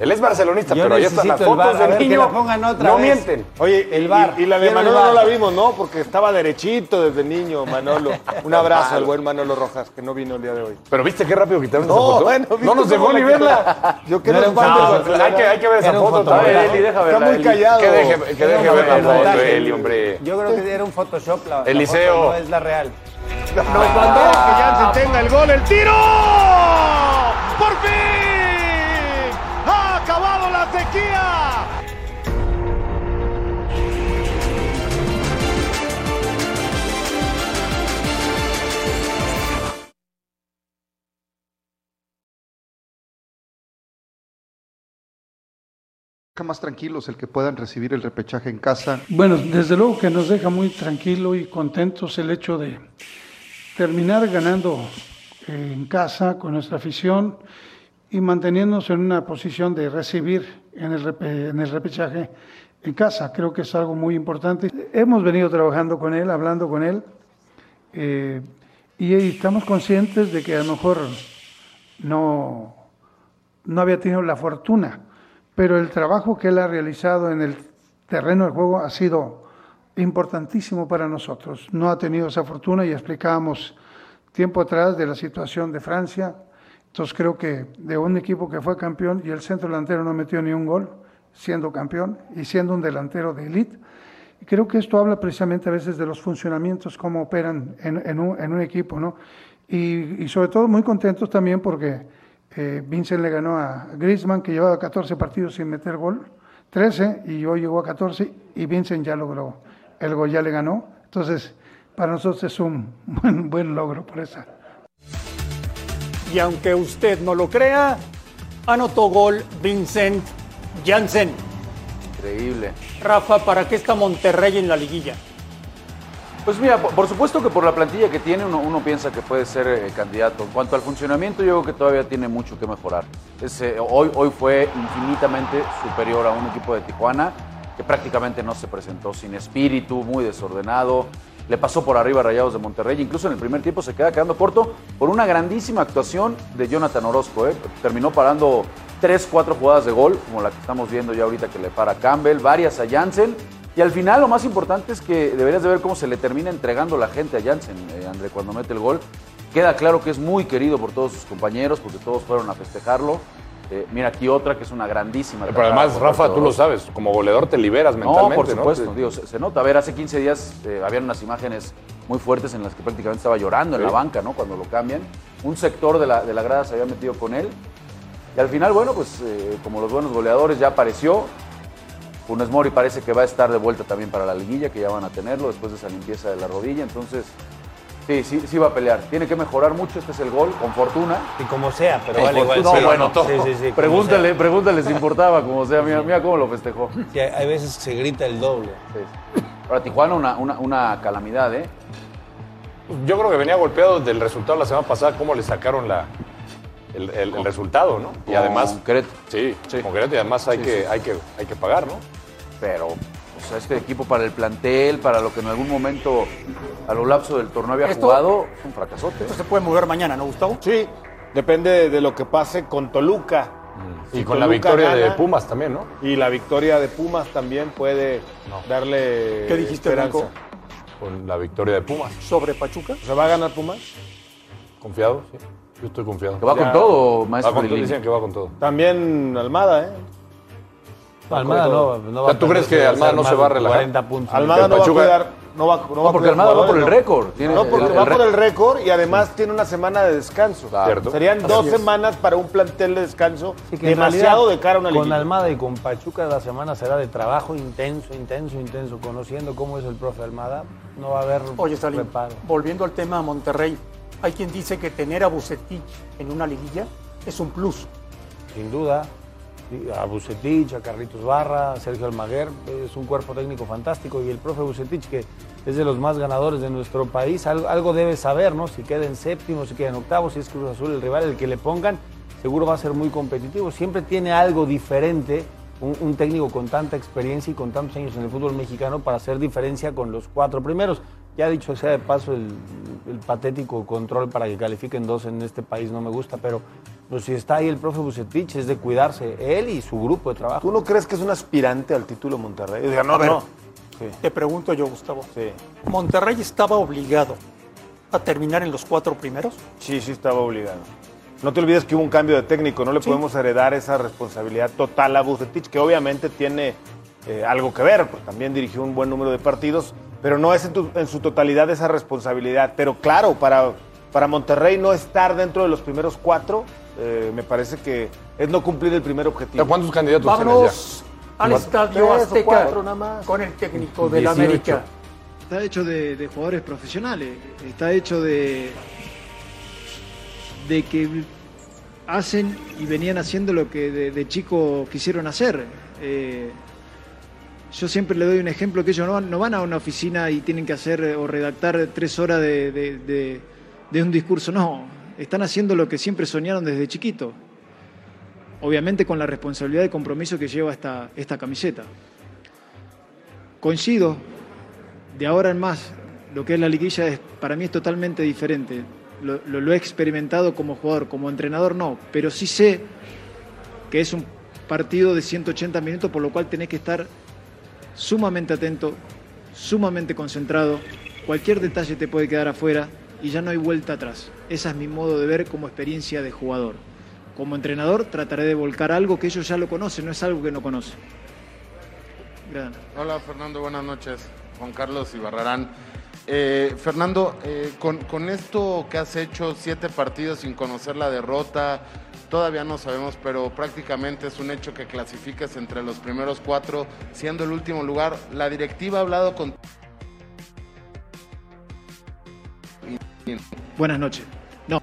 S9: Él es barcelonista,
S3: Yo
S9: pero ahí están las
S3: necesito el
S9: fotos
S3: VAR, a
S9: del
S3: ver, que
S9: niño.
S3: la pongan otra
S9: no
S3: vez.
S9: mienten.
S5: Oye,
S3: El
S5: y-
S3: VAR.
S5: Y, la de
S3: Quiero el
S5: Manolo no
S3: VAR.
S5: la vimos, ¿no? Porque estaba derechito desde niño, Manolo. Un abrazo al buen Manolo Rojas, que no vino el día de hoy.
S9: Pero viste qué rápido quitaron esa
S5: No,
S9: foto.
S5: bueno,
S9: no
S5: viste
S9: nos dejó
S5: cómo la
S9: ni verla.
S5: Yo que
S3: No
S5: no
S3: era
S5: es
S3: un
S5: fan
S3: sábado,
S5: del
S9: No,
S5: Barcelona.
S9: hay, que, hay que ver esa
S3: Era un
S9: foto.
S3: fotógrafo.
S9: también. Eli, deja
S5: Está
S9: verla,
S5: muy
S9: Eli.
S5: callado.
S9: Que deje, que
S3: Era
S9: deje
S3: un
S9: ver la foto,
S3: reportaje.
S9: Eli, hombre.
S3: Yo creo que era un Photoshop la, la
S9: Eliseo. Ah.
S3: foto, no es la real.
S5: Nos mandó que ya se tenga el gol, el tiro. ¡Por fin! ¡Ha acabado la sequía!
S10: deja más tranquilos el que puedan recibir el repechaje en casa.
S6: Bueno, desde luego que nos deja muy tranquilo y contentos el hecho de terminar ganando eh, en casa con nuestra afición y manteniéndonos en una posición de recibir en el, repe- en el repechaje en casa. Creo que es algo muy importante. Hemos venido trabajando con él, hablando con él, eh, y estamos conscientes de que a lo mejor no, no había tenido la fortuna, pero el trabajo que él ha realizado en el terreno del juego ha sido importantísimo para nosotros. No ha tenido esa fortuna y explicábamos tiempo atrás de la situación de Francia. Entonces creo que de un equipo que fue campeón y el centro delantero no metió ni un gol, siendo campeón y siendo un delantero de élite, y creo que esto habla precisamente a veces de los funcionamientos, cómo operan en, en un, en un equipo, ¿no? Y, y sobre todo muy contentos también porque eh, Vincent le ganó a Griezmann, que llevaba 14 partidos sin meter gol, 13, y yo llegó a 14, y Vincent ya logró el gol, ya le ganó. Entonces, para nosotros es un buen, buen logro por esa.
S1: Y aunque usted no lo crea, anotó gol Vincent Janssen.
S2: Increíble.
S1: Rafa, ¿para qué está Monterrey en la liguilla?
S2: Pues mira, por- por supuesto que por la plantilla que tiene uno, uno piensa que puede ser eh, candidato. En cuanto al funcionamiento, yo creo que todavía tiene mucho que mejorar. Es, eh, hoy, hoy fue infinitamente superior a un equipo de Tijuana que prácticamente no se presentó sin espíritu, muy desordenado. Le pasó por arriba a Rayados de Monterrey, incluso en el primer tiempo se queda quedando corto por una grandísima actuación de Jonathan Orozco. ¿eh? Terminó parando tres, cuatro jugadas de gol, como la que estamos viendo ya ahorita que le para a Campbell, varias a Janssen. Y al final lo más importante es que deberías de ver cómo se le termina entregando la gente a Jansen, eh, André, cuando mete el gol. Queda claro que es muy querido por todos sus compañeros, porque todos fueron a festejarlo. Eh, mira aquí otra que es una grandísima.
S4: Pero
S2: atajada
S4: además,
S2: por
S4: Rafa,
S2: parte
S4: tú
S2: de
S4: lo sabes, como goleador te liberas
S2: no,
S4: mentalmente,
S2: por
S4: ¿no?
S2: supuesto, digo, se, se nota. A ver, hace 15 días eh, habían unas imágenes muy fuertes en las que prácticamente estaba llorando en
S4: Sí.
S2: la banca, ¿no? Cuando lo cambian. Un sector de la, de la grada se había metido con él. Y al final, bueno, pues eh, como los buenos goleadores ya apareció. Funes Mori parece que va a estar de vuelta también para la liguilla, que ya van a tenerlo después de esa limpieza de la rodilla. Entonces, sí, sí, sí va a pelear. Tiene que mejorar mucho. Este es el gol, con fortuna.
S3: Y como sea, pero
S2: Con
S3: vale igual.
S2: fortuna,
S3: sí.
S2: bueno,
S3: Sí, sí, sí, como
S2: pregúntale, pregúntale si importaba, como sea. Mira, mira cómo lo festejó.
S3: sea. Sí, hay- hay veces que se grita el doble.
S2: Sí. Ahora, Tijuana, una, una, una calamidad, ¿eh?
S4: Yo creo que venía golpeado del resultado la semana pasada, cómo le sacaron la, el, el- el resultado, ¿no? Y
S2: Con
S4: además.
S2: Querétaro.
S4: Sí, concreto. Y además hay,
S2: Sí,
S4: que,
S2: sí.
S4: Hay, que, hay que pagar, ¿no?
S2: Pero, o sea, este equipo para el plantel, para lo que en algún momento a lo lapso del torneo había
S6: Esto-
S2: jugado, es un fracasote.
S6: se puede mover mañana, ¿no, Gustavo?
S5: Sí, depende de lo que pase con Toluca.
S4: Y
S5: Si
S4: con la
S5: Toluca
S4: victoria de
S5: gana
S4: Pumas también, ¿no?
S5: Y la victoria de Pumas también puede darle
S6: ¿Qué dijiste,
S5: esperanza.
S6: Blanco?
S4: Con la victoria de Pumas.
S6: Sobre Pachuca.
S5: ¿Se va a ganar Pumas?
S4: ¿Confiado? Sí. Yo estoy confiado.
S2: Que va
S4: Ya.
S2: con todo, maestro
S4: Va con todo,
S2: Lilini.
S4: dicen que va con todo.
S5: También Almada, ¿eh?
S3: Almada no, no
S4: O
S3: va
S4: sea, ¿tú
S3: a
S4: crees
S3: perder,
S4: que
S3: va a
S4: Almada
S3: hacer
S4: no se
S3: más
S4: va a
S3: de
S4: relajar?
S3: 40 puntos.
S5: Almada
S4: El
S5: no va a
S4: Pachuca-
S5: cuidar. No va, no va
S2: No,
S5: a
S2: porque
S5: cuidar
S2: Almada va por el
S5: jugadores, ¿no?
S2: récord. Tiene
S5: No, porque
S2: el- el
S5: va por
S2: récord.
S5: el récord y además tiene una semana de descanso.
S4: Cierto.
S5: Serían dos semanas para un plantel de descanso
S3: Así que en
S5: demasiado
S3: realidad,
S5: de cara a una
S3: Con
S5: liguilla.
S3: Almada y con Pachuca la semana será de trabajo intenso, intenso, intenso. Conociendo cómo es el profe Almada, no va a haber
S6: Oye, Salim,
S3: reparo.
S6: volviendo al tema de Monterrey, hay quien dice que tener a Bucetich en una liguilla es un plus.
S3: sin duda. Y A Bucetich, a Carlitos Barra, a Sergio Almaguer, es un cuerpo técnico fantástico. Y el profe Bucetich, que es de los más ganadores de nuestro país, al- algo, debe saber, ¿no? Si queda en séptimo, si queda en octavo, si es Cruz Azul el rival, el que le pongan, seguro va a ser muy competitivo. Siempre tiene algo diferente un, un técnico con tanta experiencia y con tantos años en el fútbol mexicano para hacer diferencia con los cuatro primeros. Ya dicho sea de paso, el, el patético control para que califiquen dos en este país no me gusta, pero Pues si está ahí el profe Bucetich, es de cuidarse, él y su grupo de trabajo.
S5: ¿Tú no crees que es un aspirante al título Monterrey? Diga, no,
S1: A ver,
S5: Ah, no.
S1: Te pregunto yo, Gustavo. ¿Monterrey estaba obligado a terminar en los cuatro primeros?
S5: Sí, sí estaba obligado. No te olvides que hubo un cambio de técnico, no le podemos heredar esa responsabilidad total a Bucetich, que obviamente tiene eh, algo que ver, pues también dirigió un buen número de partidos, pero no es en, tu- en su totalidad esa responsabilidad. Pero claro, para, para Monterrey no estar dentro de los primeros cuatro, eh, me parece que es no cumplir el primer objetivo.
S4: ¿Cuántos candidatos
S1: Vámonos al Estadio
S5: Tres o
S1: Azteca
S5: cuatro,
S1: con el técnico del
S11: 18.
S1: América.
S11: Está hecho de, de jugadores profesionales, está hecho de, de que hacen y venían haciendo lo que de, de chico quisieron hacer. Eh, yo siempre le doy un ejemplo que ellos no, no van a una oficina y tienen que hacer eh, o redactar tres horas de, de- de- de un discurso, no, están haciendo lo que siempre soñaron desde chiquito, obviamente con la responsabilidad y compromiso que lleva esta, esta camiseta. Coincido de ahora en más, lo que es la liguilla es, para mí es totalmente diferente. Lo, lo- lo he experimentado como jugador, como entrenador no, pero sí sé que es un partido de 180 minutos, por lo cual tenés que estar sumamente atento, sumamente concentrado. Cualquier detalle te puede quedar afuera y ya no hay vuelta atrás. Ese es mi modo de ver como experiencia de jugador. Como entrenador trataré de volcar algo que ellos ya lo conocen, no es algo que no conocen. Gran.
S12: Hola Fernando, buenas noches. Juan Carlos Ibarrarán. Eh, Fernando, eh, con, con esto que has hecho, siete partidos sin conocer la derrota, todavía no sabemos, pero prácticamente es un hecho que clasifiques entre los primeros cuatro, siendo el último lugar. La directiva ha hablado con...
S11: Buenas noches. No,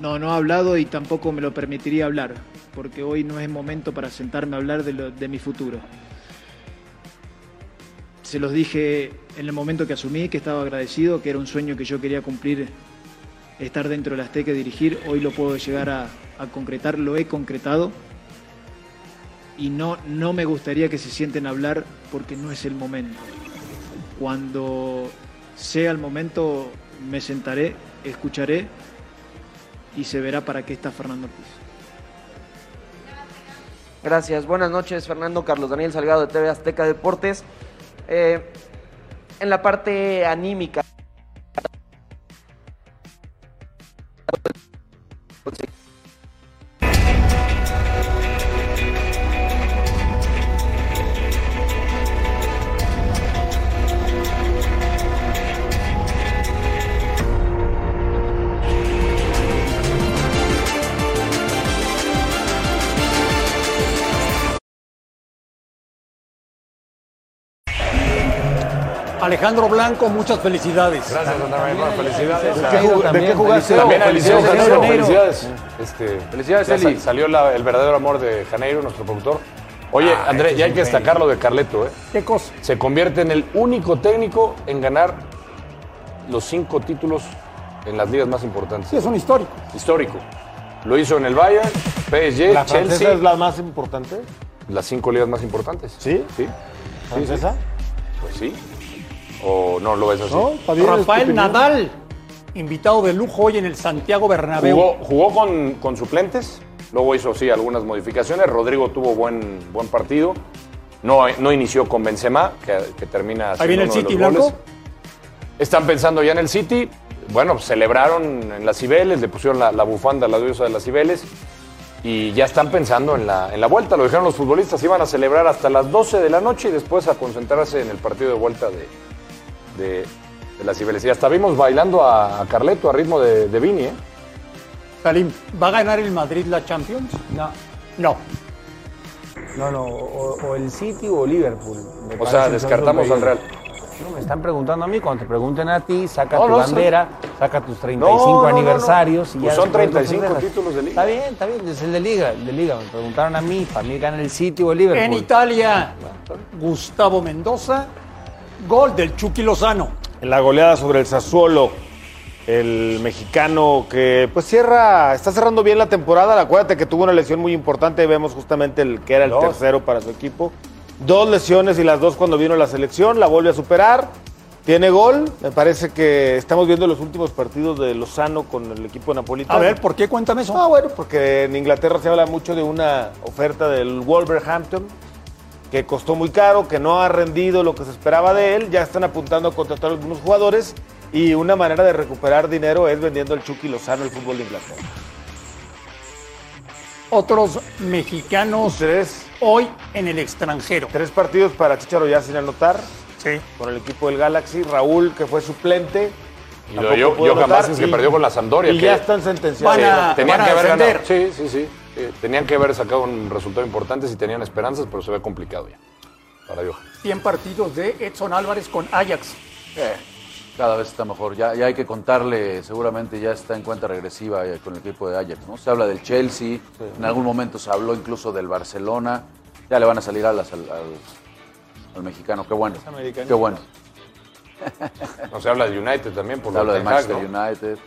S11: no, no he hablado y tampoco me lo permitiría hablar, porque hoy no es momento para sentarme a hablar de, lo- de mi futuro. Se los dije en el momento que asumí, que estaba agradecido, que era un sueño que yo quería cumplir, estar dentro del Azteca y dirigir. Hoy lo puedo llegar a, a concretar, lo he concretado. Y no, no me gustaría que se sienten a hablar porque no es el momento. Cuando sea el momento, me sentaré, escucharé y se verá para qué está Fernando Ortiz.
S13: Gracias. Buenas noches, Fernando Carlos Daniel Salgado de TV Azteca Deportes. Eh, en la parte anímica.
S1: Alejandro Blanco, muchas felicidades. Gracias,
S4: También felicidades.
S1: ¿De qué jug- de qué jugaste?
S4: También a Eliseo
S1: Felicidades,
S4: Janeiro,
S1: Janeiro.
S4: Felicidades. Este,
S2: Felicidades,
S4: ya sa-
S2: Eli.
S4: Salió la- el verdadero amor de Janeiro, nuestro productor. Oye,
S2: Ah,
S4: Andrés,
S2: este
S4: ya
S2: es
S4: hay que
S2: un
S4: destacar lo de Carleto, ¿eh?
S1: ¿Qué cosa?
S4: Se convierte en el único técnico en ganar los cinco títulos en las ligas más importantes.
S1: Sí, es un histórico.
S4: Histórico. Lo hizo en el Bayern, PSG,
S5: ¿La francesa
S4: Chelsea.
S5: es la más importante?
S4: Las cinco ligas más importantes. ¿Sí? Sí.
S5: ¿Francesa?
S4: Pues sí. ¿O no lo ves así?
S1: Rafael Nadal, invitado de lujo hoy en el Santiago Bernabéu.
S4: Jugó, jugó con, con suplentes, luego hizo sí algunas modificaciones. Rodrigo tuvo buen, buen partido. No, no inició con Benzema, que, que termina haciendo
S1: viene el
S4: uno de los
S1: City, Blanco.
S4: goles. Están pensando ya en el City. Bueno, celebraron en las Cibeles, le pusieron la, la bufanda, la diosa de las Cibeles. Y ya están pensando en la, en la vuelta. Lo dijeron los futbolistas, iban a celebrar hasta las 12 de la noche y después a concentrarse en el partido de vuelta de, de, de las Cibeles. Y hasta vimos bailando a, a Carleto a ritmo de, de Vini, ¿eh?
S1: Salim, ¿va a ganar el Madrid la Champions?
S3: No.
S1: No.
S3: No, no, o, o el City o Liverpool. me parece
S4: O sea,
S3: que son
S4: descartamos
S3: sus
S4: al Real.
S3: No, me están preguntando a mí, cuando te pregunten a ti, saca
S4: No,
S3: tu
S4: no,
S3: bandera, saca tus 35
S4: No, no, no,
S3: aniversarios.
S4: no. Pues son
S3: después los
S4: 35
S3: festejas.
S4: títulos de liga.
S3: Está bien, está bien, es el de liga, el de liga. Me preguntaron a mí, para mí gana el City o el Liverpool.
S1: En Italia, Gustavo Mendoza, gol del Chucky Lozano.
S5: En la goleada sobre el Sassuolo, el mexicano que pues cierra, está cerrando bien la temporada. Acuérdate que tuvo una lesión muy importante. Vemos justamente el que era el
S4: Dos.
S5: tercero para su equipo. Dos lesiones y las dos cuando vino la selección, la vuelve a superar. Tiene gol. Me parece que estamos viendo los últimos partidos de Lozano con el equipo napolitano.
S1: A ver, ¿por qué? Cuéntame eso.
S5: Ah, bueno, porque en Inglaterra se habla mucho de una oferta del Wolverhampton que costó muy caro, que no ha rendido lo que se esperaba de él. Ya están apuntando a contratar algunos jugadores y una manera de recuperar dinero es vendiendo al Chucky Lozano el fútbol de Inglaterra.
S1: Otros mexicanos hoy en el extranjero.
S5: Tres partidos para Chicharo ya sin anotar.
S1: Sí.
S5: Por el equipo del Galaxy. Raúl, que fue suplente.
S4: Y
S5: tampoco
S4: lo yo,
S5: pudo
S4: Johan
S5: anotar.
S4: Vázquez que
S5: Y-
S4: perdió con la Sampdoria.
S5: Y
S4: que
S5: ya están sentenciados.
S4: Sí, tenían que haber ganado.
S5: Sí.
S4: Sí, sí, sí. Eh, Tenían que haber sacado un resultado importante si tenían esperanzas, pero se ve complicado ya. Para Johan.
S1: 100 partidos de Edson Álvarez con Ajax.
S2: Cada vez está mejor. Ya, ya hay que contarle, seguramente ya está en cuenta regresiva eh, con el equipo de Ajax, ¿no? Se habla del Chelsea, en algún momento se habló incluso del Barcelona. Ya le van a salir alas al, al- al mexicano, qué bueno.
S4: americano.
S2: Qué bueno.
S4: No se habla de United también, por
S2: Se habla
S4: lo
S2: de
S4: Ten Hag,
S2: Manchester
S4: ¿no?
S2: United.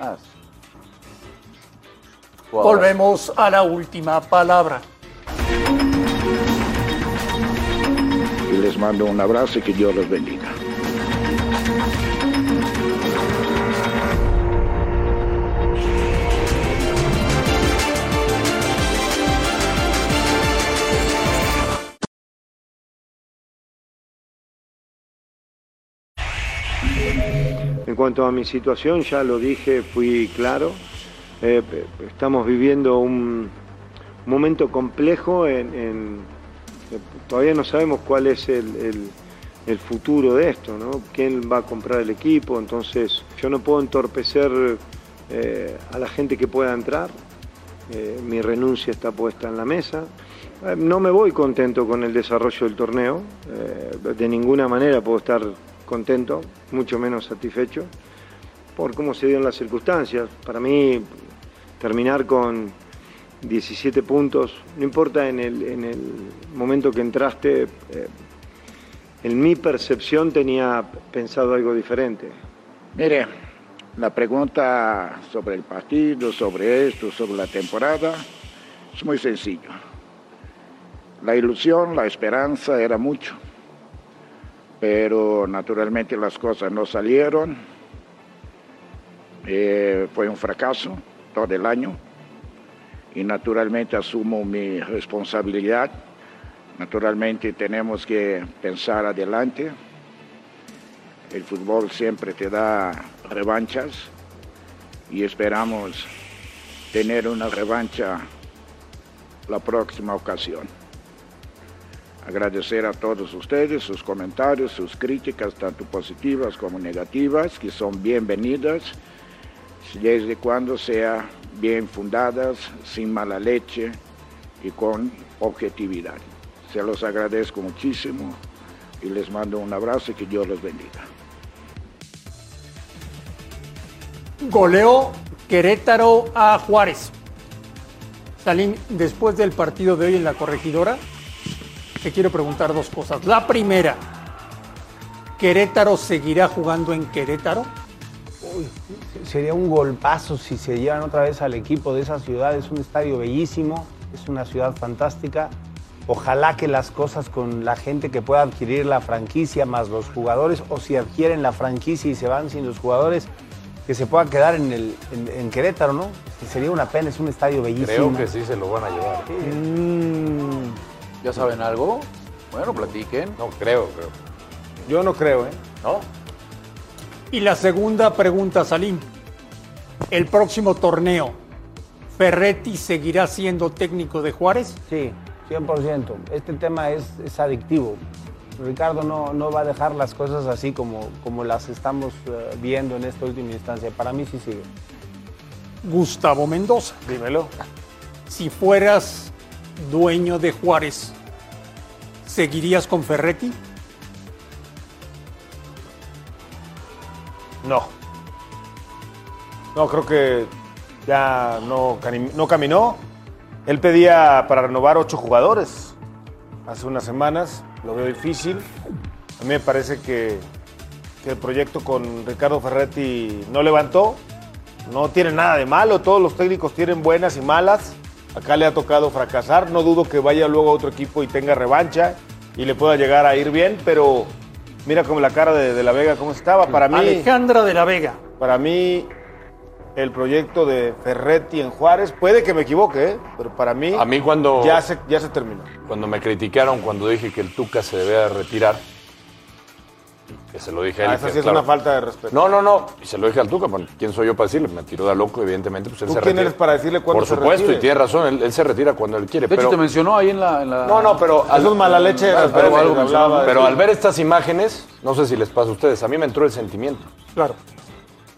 S2: Ah, sí. Jugadores.
S1: Volvemos a la última palabra.
S14: y les mando un abrazo y que Dios los bendiga.
S10: En cuanto a mi situación, ya lo dije, fui claro. Eh, pe- estamos viviendo un momento complejo. En, en- eh, todavía no sabemos cuál es el, el- el futuro de esto, ¿no? ¿Quién va a comprar el equipo? Entonces, yo no puedo entorpecer eh, a la gente que pueda entrar. Eh, mi renuncia está puesta en la mesa. Eh, No me voy contento con el desarrollo del torneo, Eh, de ninguna manera puedo estar contento, mucho menos satisfecho, por cómo se dieron las circunstancias. Para mí, terminar con 17 puntos, no importa en el, en el momento que entraste, eh, en mi percepción tenía pensado algo diferente.
S14: Mire, la pregunta sobre el partido, sobre esto, sobre la temporada, es muy sencillo. La ilusión, la esperanza era mucho, pero naturalmente las cosas no salieron. Eh, fue un fracaso todo el año y naturalmente asumo mi responsabilidad. Naturalmente tenemos que pensar adelante. El fútbol siempre te da revanchas y esperamos tener una revancha la próxima ocasión. Agradecer a todos ustedes sus comentarios, sus críticas, tanto positivas como negativas, que son bienvenidas, desde cuando sea bien fundadas, sin mala leche y con objetividad. Se los agradezco muchísimo y les mando un abrazo y que Dios los bendiga.
S1: Goleó Querétaro a Juárez. Salín, después del partido de hoy en la corregidora, te quiero preguntar dos cosas. La primera, ¿Querétaro seguirá jugando en Querétaro?
S3: Sería un golpazo si se llevan otra vez al equipo de esa ciudad. Es un estadio bellísimo, es una ciudad fantástica. Ojalá que las cosas con la gente que pueda adquirir la franquicia más los jugadores, o si adquieren la franquicia y se van sin los jugadores, que se puedan quedar en, el, en, en Querétaro, ¿no? Que sería una pena, es un estadio bellísimo. Mm.
S4: Creo que sí se lo van a llevar.
S2: ¿Ya saben algo? Bueno, platiquen.
S4: No, creo, creo.
S5: Yo no creo, ¿eh?
S2: No.
S1: Y la segunda pregunta, Salim. El próximo torneo, ¿Ferretti seguirá siendo técnico de Juárez?
S3: Sí. 100%. Este tema es, es adictivo. Ricardo no, no va a dejar las cosas así como, como las estamos eh, viendo en esta última instancia. Para mí sí sigue.
S1: Gustavo Mendoza.
S5: Dímelo.
S1: Si fueras dueño de Juárez, ¿seguirías con Ferretti?
S5: No. No, creo que ya no, cani- no caminó. Él pedía para renovar ocho jugadores hace unas semanas. Lo veo difícil. A mí me parece que, que el proyecto con Ricardo Ferretti no levantó. No tiene nada de malo. Todos los técnicos tienen buenas y malas. Acá le ha tocado fracasar. No dudo que vaya luego a otro equipo y tenga revancha y le pueda llegar a ir bien, pero Mira como la cara de, de la Vega cómo estaba. Para mí,
S1: Alejandra de la Vega.
S5: Para mí, el proyecto de Ferretti en Juárez, puede que me equivoque, ¿eh? pero para mí,
S4: A mí cuando,
S5: ya, se, ya se terminó.
S4: cuando me criticaron cuando dije que el Tuca se debía retirar, que se lo dije a él.
S5: Ah,
S4: y
S5: esa
S4: que,
S5: sí es
S4: claro,
S5: una falta de respeto.
S4: No, no, no. Y se lo dije al Tuca, bueno, ¿quién soy yo para decirle? Me tiró de loco, evidentemente. Pues él
S5: ¿Tú
S4: se
S5: quién
S4: retira.
S5: eres para decirle cuándo
S4: Por
S5: se
S4: supuesto,
S5: retire?
S4: y tiene razón, él, él se retira cuando él quiere.
S2: De hecho,
S4: pero,
S2: te mencionó ahí en la. en la-
S4: No, no, pero.
S2: Eso es mala leche de las
S4: pero,
S2: veces
S4: algo
S2: que
S4: mencionó,
S2: hablaba de-
S4: pero al ver estas imágenes, no sé si les pasa a ustedes, a mí me entró el sentimiento.
S5: Claro.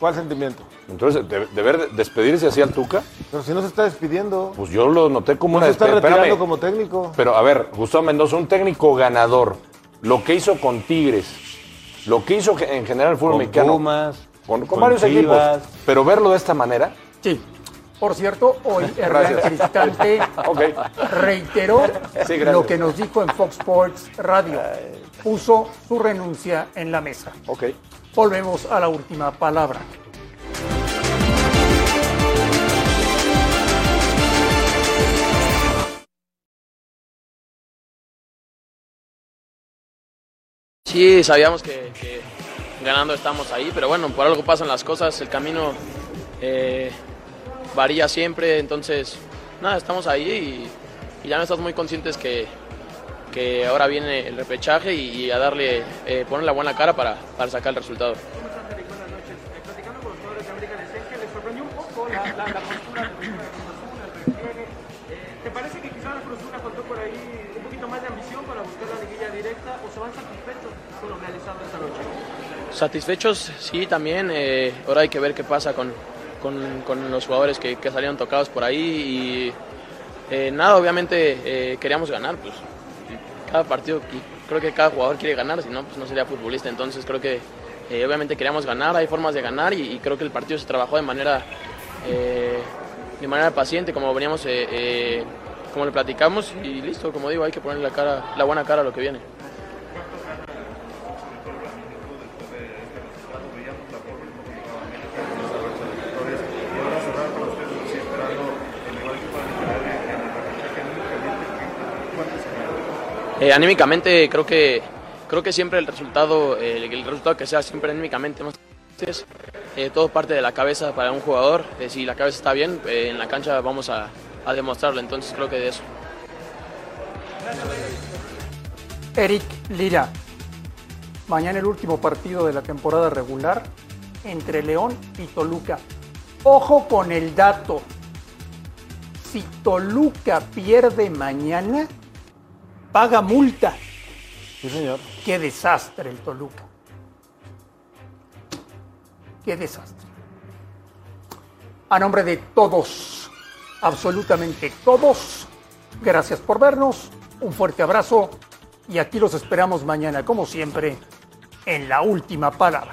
S5: ¿Cuál sentimiento?
S4: Entonces, de, de ver despedirse así al Tuca,
S5: Pero si no se está despidiendo,
S4: pues yo lo noté como
S5: no
S4: una
S5: se está
S4: despedida.
S5: retirando
S4: Espérame,
S5: como técnico.
S4: Pero a ver, Gustavo Mendoza, un técnico ganador, lo que hizo con Tigres, lo que hizo en general el fútbol
S5: Con
S4: mexicano. con, con
S5: con
S4: varios
S5: Chivas.
S4: equipos. Pero verlo de esta manera.
S1: Sí. Por cierto, hoy Hernán
S4: Gracias.
S1: Cristante reiteró
S4: Sí, gracias.
S1: lo que nos dijo en Fox Sports Radio. Puso su renuncia en la mesa.
S4: Ok.
S1: Volvemos a la última palabra.
S15: Sí, sabíamos que, que ganando estamos ahí, pero bueno, por algo pasan las cosas, el camino eh, varía siempre, entonces, nada, estamos ahí y, y ya no estamos muy conscientes que, que ahora viene el repechaje y, y a darle, eh, poner la buena cara para, para sacar el resultado.
S16: eh, eh, ¿Te parece que quizás la Cruz Azul faltó por ahí un poquito más de ambición para buscar la liguilla directa o se van satisfechos con lo realizado esta noche?
S15: Satisfechos, sí, también. eh, ahora hay que ver qué pasa con, con- con los jugadores que, que salieron tocados por ahí. Y eh, nada, obviamente eh, queríamos ganar. pues y Cada partido, y creo que cada jugador quiere ganar, si no, pues no sería futbolista. Entonces creo que eh, obviamente queríamos ganar, hay formas de ganar y, y creo que el partido se trabajó de manera, eh, de manera paciente, como veníamos, eh, eh, como le platicamos. Y listo, como digo, hay que poner la, cara, la buena cara a lo que viene. Eh, anímicamente creo que creo que siempre el resultado, eh, el resultado que sea siempre anímicamente más importante. eh, todo parte de la cabeza para un jugador. Eh, si la cabeza está bien, eh, en la cancha vamos a, a demostrarlo. Entonces creo que de eso.
S1: Eric Lira. Mañana el último partido de la temporada regular entre León y Toluca. Ojo con el dato. Si Toluca pierde mañana, paga multa.
S5: Sí, señor.
S1: Qué desastre el Toluca. Qué desastre. A nombre de todos, absolutamente todos, gracias por vernos, un fuerte abrazo y aquí los esperamos mañana, como siempre, en la última palabra.